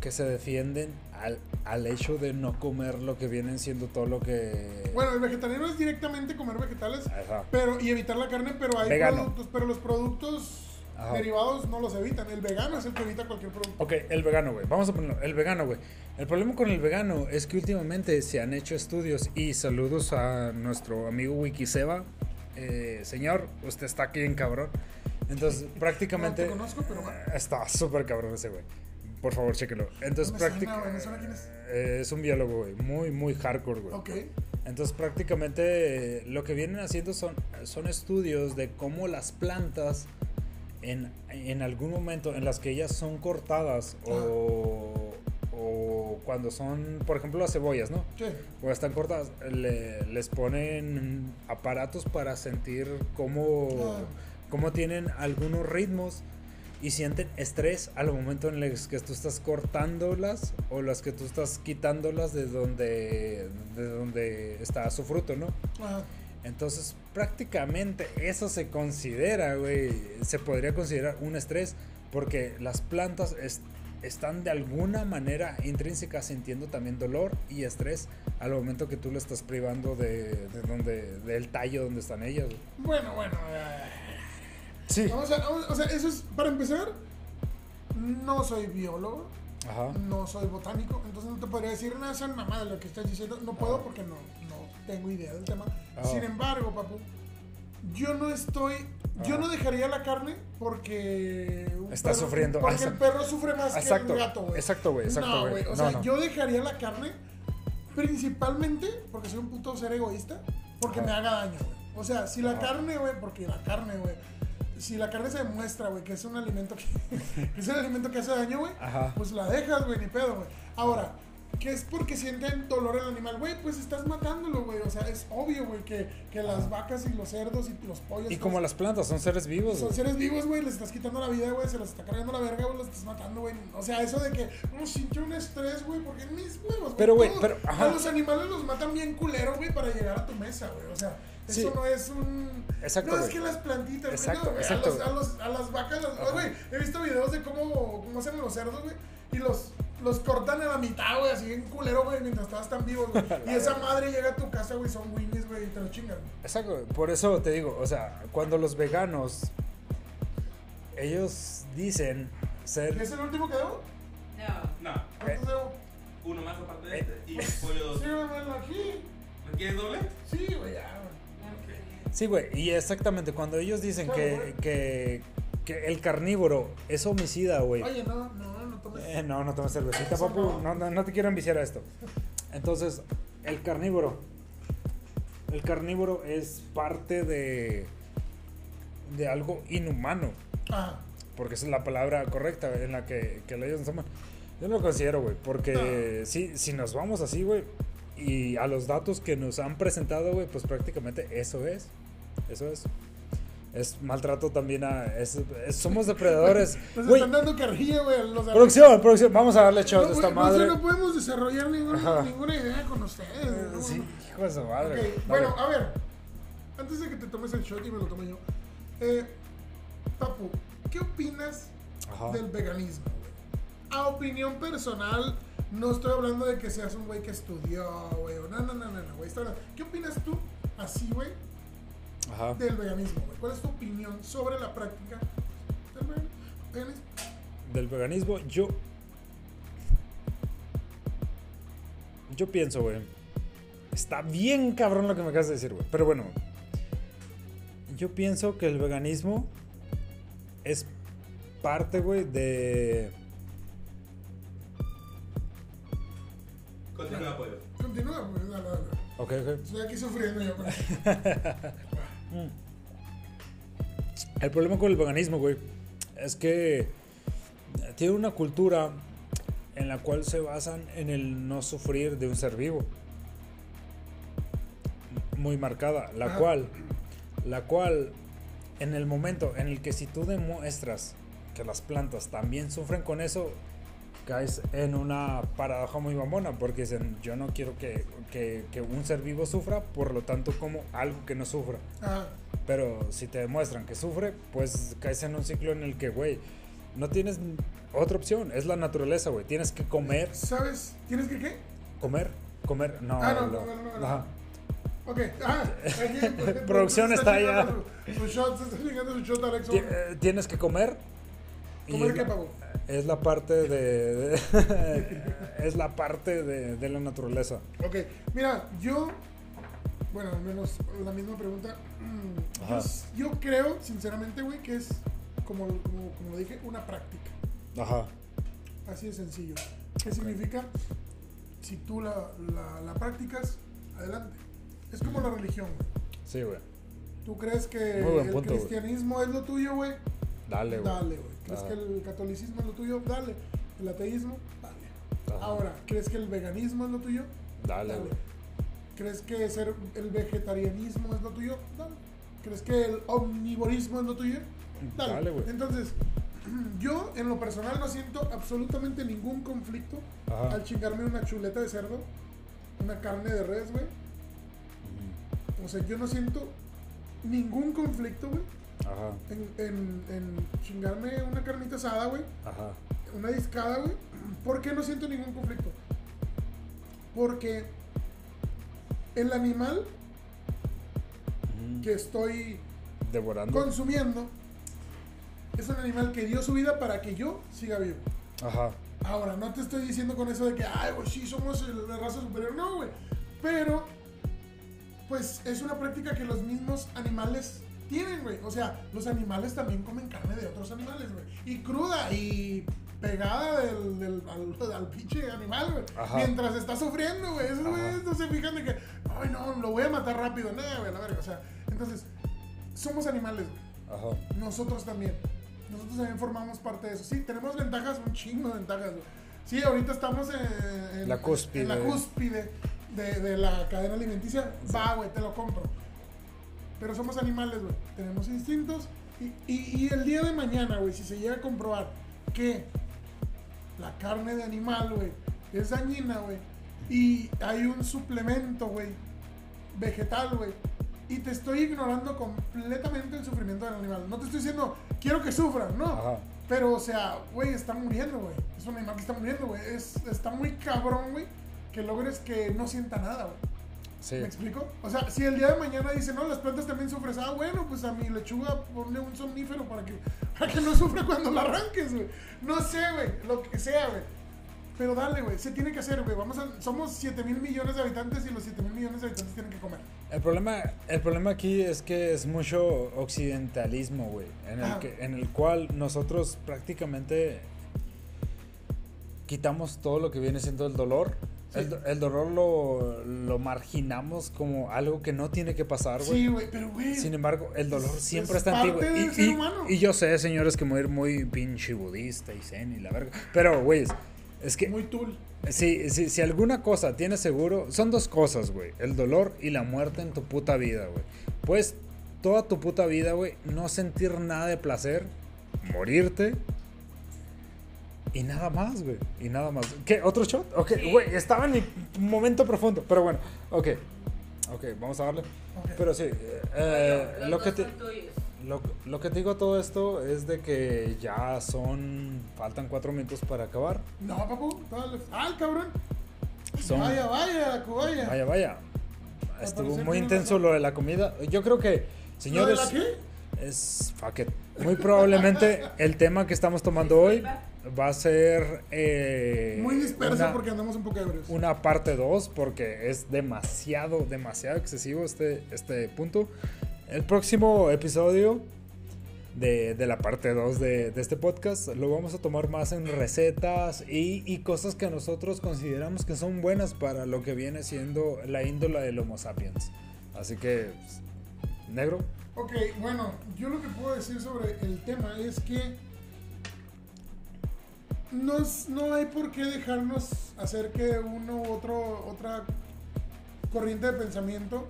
que se defienden al, al hecho de no comer lo que vienen siendo todo lo que.
Bueno, el vegetariano es directamente comer vegetales.
Ajá.
Pero, y evitar la carne, pero hay
Vegano.
productos, pero los productos
Ajá.
derivados no los evitan. El vegano es el que evita cualquier producto.
Ok, el vegano, güey. Vamos a ponerlo. El vegano, güey. El problema con el vegano es que últimamente se han hecho estudios y saludos a nuestro amigo Wikiseba. Eh, señor, usted está aquí en cabrón. Entonces, prácticamente...
[LAUGHS] No te conozco, pero bueno.
Está súper cabrón ese güey. Por favor, chéquelo. Entonces,
No me suena,
prácticamente...
güey, ¿me suena quién es?
es un biólogo, güey. Muy, muy hardcore, güey.
Ok.
Entonces prácticamente eh, lo que vienen haciendo son, son estudios de cómo las plantas en, en algún momento en las que ellas son cortadas o, o cuando son, por ejemplo, las cebollas, ¿no?
Sí.
O están cortadas, le- les ponen aparatos para sentir cómo,
Claro.
cómo tienen algunos ritmos y sienten estrés al momento en el que tú estás cortándolas o las que tú estás quitándolas de donde, de donde está su fruto, ¿no?
Ajá.
Entonces, prácticamente eso se considera, güey, se podría considerar un estrés porque las plantas es- están de alguna manera intrínseca sintiendo también dolor y estrés al momento que tú le estás privando de, de donde del tallo donde están ellas. güey.
Bueno, bueno. eh,
Sí.
Vamos a, vamos- o sea, eso es, para empezar, no soy biólogo,
Ajá.
no soy botánico, entonces no te podría decir nada esa mamada de lo que estás diciendo. No puedo porque no, no tengo idea del tema.
Ah.
Sin embargo, papu, yo no estoy. Yo
Ah.
no dejaría la carne porque. un
Está sufriendo.
Porque
Exa-
el perro sufre más que
Exacto,
el gato, güey.
exacto, güey, exacto,
No,
güey.
güey. O
No,
sea,
no.
yo dejaría la carne principalmente porque soy un puto ser egoísta, porque
Ah.
me haga daño, güey. O sea, si la
Ah.
carne, güey, porque la carne, güey. Si la carne se demuestra, güey, que es un alimento que, [LAUGHS] que es un alimento que hace daño, güey,
Ajá.
pues la dejas, güey, ni pedo, güey. Ahora, que es porque sienten dolor el animal, güey, pues estás matándolo, güey. O sea, es obvio, güey, que, que las vacas y los cerdos y los pollos.
Y como
todos-
las plantas son seres vivos.
son
güey.
seres vivos, güey, les estás quitando la vida, güey, se los está cargando la verga, güey, los estás matando, güey. O sea, eso de que, no, siento un estrés, güey, porque mis huevos, güey.
Pero, güey,
todos-
pero, ajá.
A los animales los matan bien culero, güey, para llegar a tu mesa, güey. O sea, eso
Sí.
no es un.
Exacto,
No es
güey.
que las plantitas, güey,
Exacto,
no, güey,
exacto,
A, los- a los- a las vacas, las-
Ajá.
güey, he visto videos de cómo, cómo hacen los cerdos, güey. y los, los cortan a la mitad, güey, así en culero, güey, mientras todas están vivos,
[LAUGHS]
güey. Y esa madre llega a tu casa, güey, son winnies, güey, y te lo chingan.
Exacto, por eso te digo, o sea, cuando los veganos, ellos dicen
¿Y
ser...
es el último que debo?
No.
No,
Eh.
¿Cuántos debo?
uno más aparte de este y pollo dos.
Sí, güey, bueno, aquí.
¿No quieres doble?
Sí, güey, ya, güey.
Sí, güey, y exactamente, cuando ellos dicen que, que, que el carnívoro es homicida, güey.
Oye, no, no, no tomes.
Eh, no, no tomes cervecita,
Eso
papu.
no.
No, no, no te quiero enviciar a esto. Entonces, el carnívoro. El carnívoro es parte de. de algo inhumano.
Ah,
Porque esa es la palabra correcta en la que, que ellos nos aman. Yo no lo considero, güey. Porque si, si nos vamos así, güey. Y a los datos que nos han presentado, güey, pues prácticamente eso es. Eso es. Es maltrato también a. es- es- somos
[LAUGHS]
depredadores.
nos
Güey,
Pues están dando carrilla, güey. a los
producción, producción. Vamos a darle
No,
shot a
güey,
esta
no,
madre.
sí, No podemos desarrollar
Ajá. Eh,
ninguna, ninguna idea con ustedes. güey, no,
Sí,
no.
hijo de su madre.
Ok,
Dale.
Bueno, a ver. Antes de que te tomes el shot y me lo tome yo. Eh, papu, ¿qué opinas
Ajá.
del veganismo? güey? A opinión personal, no estoy hablando de que seas un güey que estudió, güey. O no, no, no, no, no, güey. estoy hablando- ¿Qué opinas tú, así, güey,
Ajá.
del veganismo, güey? ¿Cuál es tu opinión sobre la práctica del vegan- veganismo?
Del veganismo, yo. Yo pienso, güey. Está bien cabrón lo que me acabas de decir, güey. Pero bueno. Yo pienso que el veganismo es parte, güey, de.
Continúa, pollo.
Continúa, güey. dale, dale.
Ok, ok.
Estoy aquí sufriendo yo. güey.
El problema con el veganismo, güey, es que tiene una cultura en la cual se basan en el no sufrir de un ser vivo. Muy marcada, la
Ajá.
cual, la cual, en el momento en el que si tú demuestras que las plantas también sufren con eso, caes en una paradoja muy mamona, porque dicen, yo no quiero que, que- que un ser vivo sufra, por lo tanto como algo que no sufra.
Ah,
Pero si te demuestran que sufre, pues caes en un ciclo en el que, güey, no tienes otra opción. Es la naturaleza, güey. Tienes que comer,
¿Sabes? ¿Tienes que qué?
comer, comer. No,
Ah, no,
lo-
no, no, no.
ajá.
Ok, ah,
[LAUGHS]
aquí,
Producción está allá.
llegando Su, su shot, se está llegando su shot Alex.
Ti- eh, Tienes que comer. y
¿Cómo
es
que
la-
pavo?
Es la parte de. de- [LAUGHS] es la parte de, de la naturaleza.
Ok, mira, yo, bueno, al menos la misma pregunta. mm,
Ajá.
Yo, yo creo, sinceramente, güey, que es, como, como, como dije, una práctica.
Ajá.
Así de sencillo. ¿Qué significa? Si tú la, la, la practicas, adelante. Es como la religión, güey.
Sí, güey.
¿Tú crees que
Muy buen
el
punto, güey.
cristianismo es lo tuyo, güey?
Dale, güey.
Dale, güey. ¿Crees
Ah.
que el catolicismo es lo tuyo? Dale. ¿El ateísmo? Dale.
Ajá.
Ahora, ¿crees que el veganismo es lo tuyo?
Dale, güey.
¿Crees que ser el vegetarianismo es lo tuyo? Dale. ¿Crees que el omnivorismo es lo tuyo? Dale.
Mm, Dale, güey.
Entonces, [CLEARS THROAT] yo en lo personal no siento absolutamente ningún conflicto
Ajá.
al chingarme una chuleta de cerdo, una carne de res, güey.
Mm.
O sea, yo no siento ningún conflicto, güey,
Ajá.
en, en- en chingarme una carnita asada, güey
Ajá.
una discada, güey. ¿Por qué no siento ningún conflicto? Porque el animal
Ujú.
que estoy
Devorando.
consumiendo es un animal que dio su vida para que yo siga vivo.
Ajá.
Ahora, no te estoy diciendo con eso de que, ay, güey, sí, somos el- la raza superior. No, güey. Pero, pues es una práctica que los mismos animales tienen, güey. O sea, los animales también comen carne de otros animales, güey. Y cruda y pegada del, del- al, al pinche animal, güey.
Ajá.
Mientras está sufriendo, güey. Esos
Ajá.
güeyes no se fijan de que, ay, no, lo voy a matar rápido. Nada, güey, la verga. O sea, entonces, somos animales, güey
Ajá.
nosotros también. Nosotros también formamos parte de eso. Sí, tenemos ventajas, un chingo de ventajas. güey. Sí, ahorita estamos en, en-
La cúspide.
en la cúspide de, de la cadena alimenticia. Va, güey, te lo compro. Pero somos animales, güey. Tenemos instintos. Y, y- y el día de mañana, güey, si se llega a comprobar que la carne de animal, güey, es dañina, güey, y hay un suplemento, güey, vegetal, güey, y te estoy ignorando completamente el sufrimiento del animal. No te estoy diciendo, quiero que sufra, no.
Ajá.
Pero, o sea, güey, está muriendo, güey. Es un animal que está muriendo, güey. Es, está muy cabrón, güey, que logres que no sienta nada, güey.
Sí.
¿Me explico? O sea, si el día de mañana dicen, no, las plantas también sufren, ah, bueno, pues a mi lechuga ponle un somnífero para que, [LAUGHS] para que no sufra cuando la arranques, güey. No sé, güey, lo que sea, güey. Pero dale, güey, se tiene que hacer, güey. Vamos a, somos 7 mil millones de habitantes y los 7 mil millones de habitantes tienen que comer.
El problema, el problema aquí es que es mucho occidentalismo, güey, en el,
Ajá.
que, en el cual nosotros prácticamente quitamos todo lo que viene siendo el dolor.
Sí.
El, do- el dolor lo, lo marginamos como algo que no tiene que pasar,
Sí,
güey.
güey, pero, güey.
Sin em- embargo, el dolor
Es-
siempre
es
está antiguo.
parte del
Y,
ser
y-
humano.
y yo sé, señores, que me voy a ir muy pinche budista y zen y la verga. Pero, güey, es que
Muy tul.
Sí, sí, si alguna cosa tienes seguro, son dos cosas, güey. El dolor y la muerte en tu puta vida, güey. Pues toda tu puta vida, güey, no sentir nada de placer, morirte y nada más, güey. Y nada más. ¿Qué? ¿Otro shot? Ok,
Sí.
güey, estaba en mi momento profundo, pero bueno, ok. Ok, vamos a darle.
Ok.
Pero sí, eh, eh,
Los
lo que
dos
te...
son tuyos.
Lo, lo que te digo todo esto es de que ya son. Faltan cuatro minutos para acabar.
No, papu, dale. ¡Ah, cabrón!
Son,
Vaya, vaya, cobaya.
Vaya, vaya. Estuvo
parecer
muy
que no
intenso
pasó.
lo de la comida. Yo creo que,
¿Lo de
señores,
la qué?
es fuck it. Muy probablemente el tema que estamos tomando hoy va a ser eh,
Muy disperso
una,
porque andamos un poco ebrios.
una parte 2 porque es demasiado, demasiado excesivo este, este punto. El próximo episodio de, de la parte 2 de, de este podcast lo vamos a tomar más en recetas y, y cosas que nosotros consideramos que son buenas para lo que viene siendo la índola del Homo sapiens. Así que, pues, negro,
Ok, bueno, yo lo que puedo decir sobre el tema es que no, es- no hay por qué dejarnos hacer que uno u otro, otra corriente de pensamiento,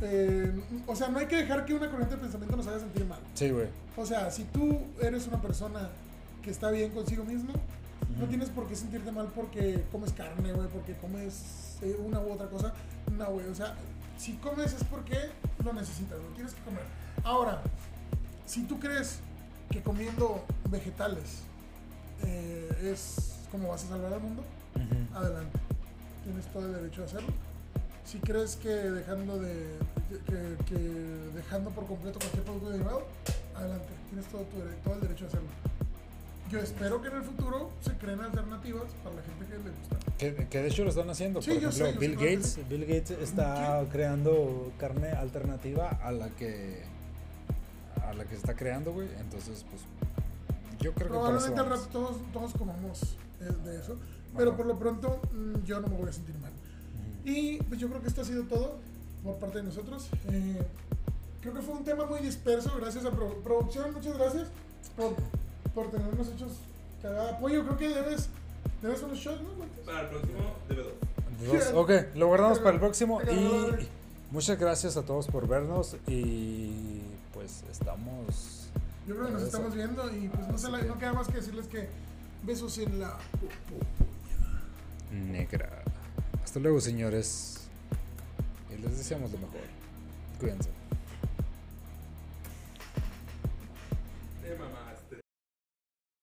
eh, o sea, no hay que dejar que una corriente de pensamiento nos haga sentir mal.
sí, güey.
O sea, si tú eres una persona que está bien consigo mismo, no tienes por qué sentirte mal porque comes carne, güey, porque comes eh, una u otra cosa. No, güey, o sea, si comes es porque lo necesitas, lo tienes que comer. Ahora, si tú crees que comiendo vegetales eh, es como vas a salvar al mundo,
Ujú.
adelante. Tienes todo el derecho a hacerlo. Si crees que dejando de que, que dejando por completo cualquier producto derivado, adelante. Tienes todo, tu dere- todo el derecho a hacerlo. Yo espero que en el futuro se creen alternativas para la gente que le gusta.
Que, que de hecho lo están haciendo.
Sí,
Por
yo
ejemplo,
sé, yo
Bill
sé, claro que
Gates.
sí.
Bill Gates está creando carne alternativa a la que a la que se está creando, güey. Entonces, pues yo creo que por eso
Probablemente al
vamos.
rato todos, todos comamos eh, de eso, pero
Ajá.
por lo pronto mm, yo no me voy a sentir mal. Y pues yo creo que esto ha sido todo por parte de nosotros. Eh, creo que fue un tema muy disperso. Gracias a Pro- producción, muchas gracias por, por tenernos hechos cagada. Pollo, creo que debes, debes unos shots, ¿no? Marcos?
Para el próximo, debe dos.
Dos.
[LAUGHS] Sí.
Ok, lo guardamos
Te
para el
ganó-
próximo.
te ganó la verga.
Y muchas gracias a todos por vernos. Y pues estamos.
Yo creo que nos
Eso.
estamos viendo y pues no, se la- no queda más que decirles que besos en la...
Negra. Hasta luego, señores. Y les deseamos lo mejor. Cuídense.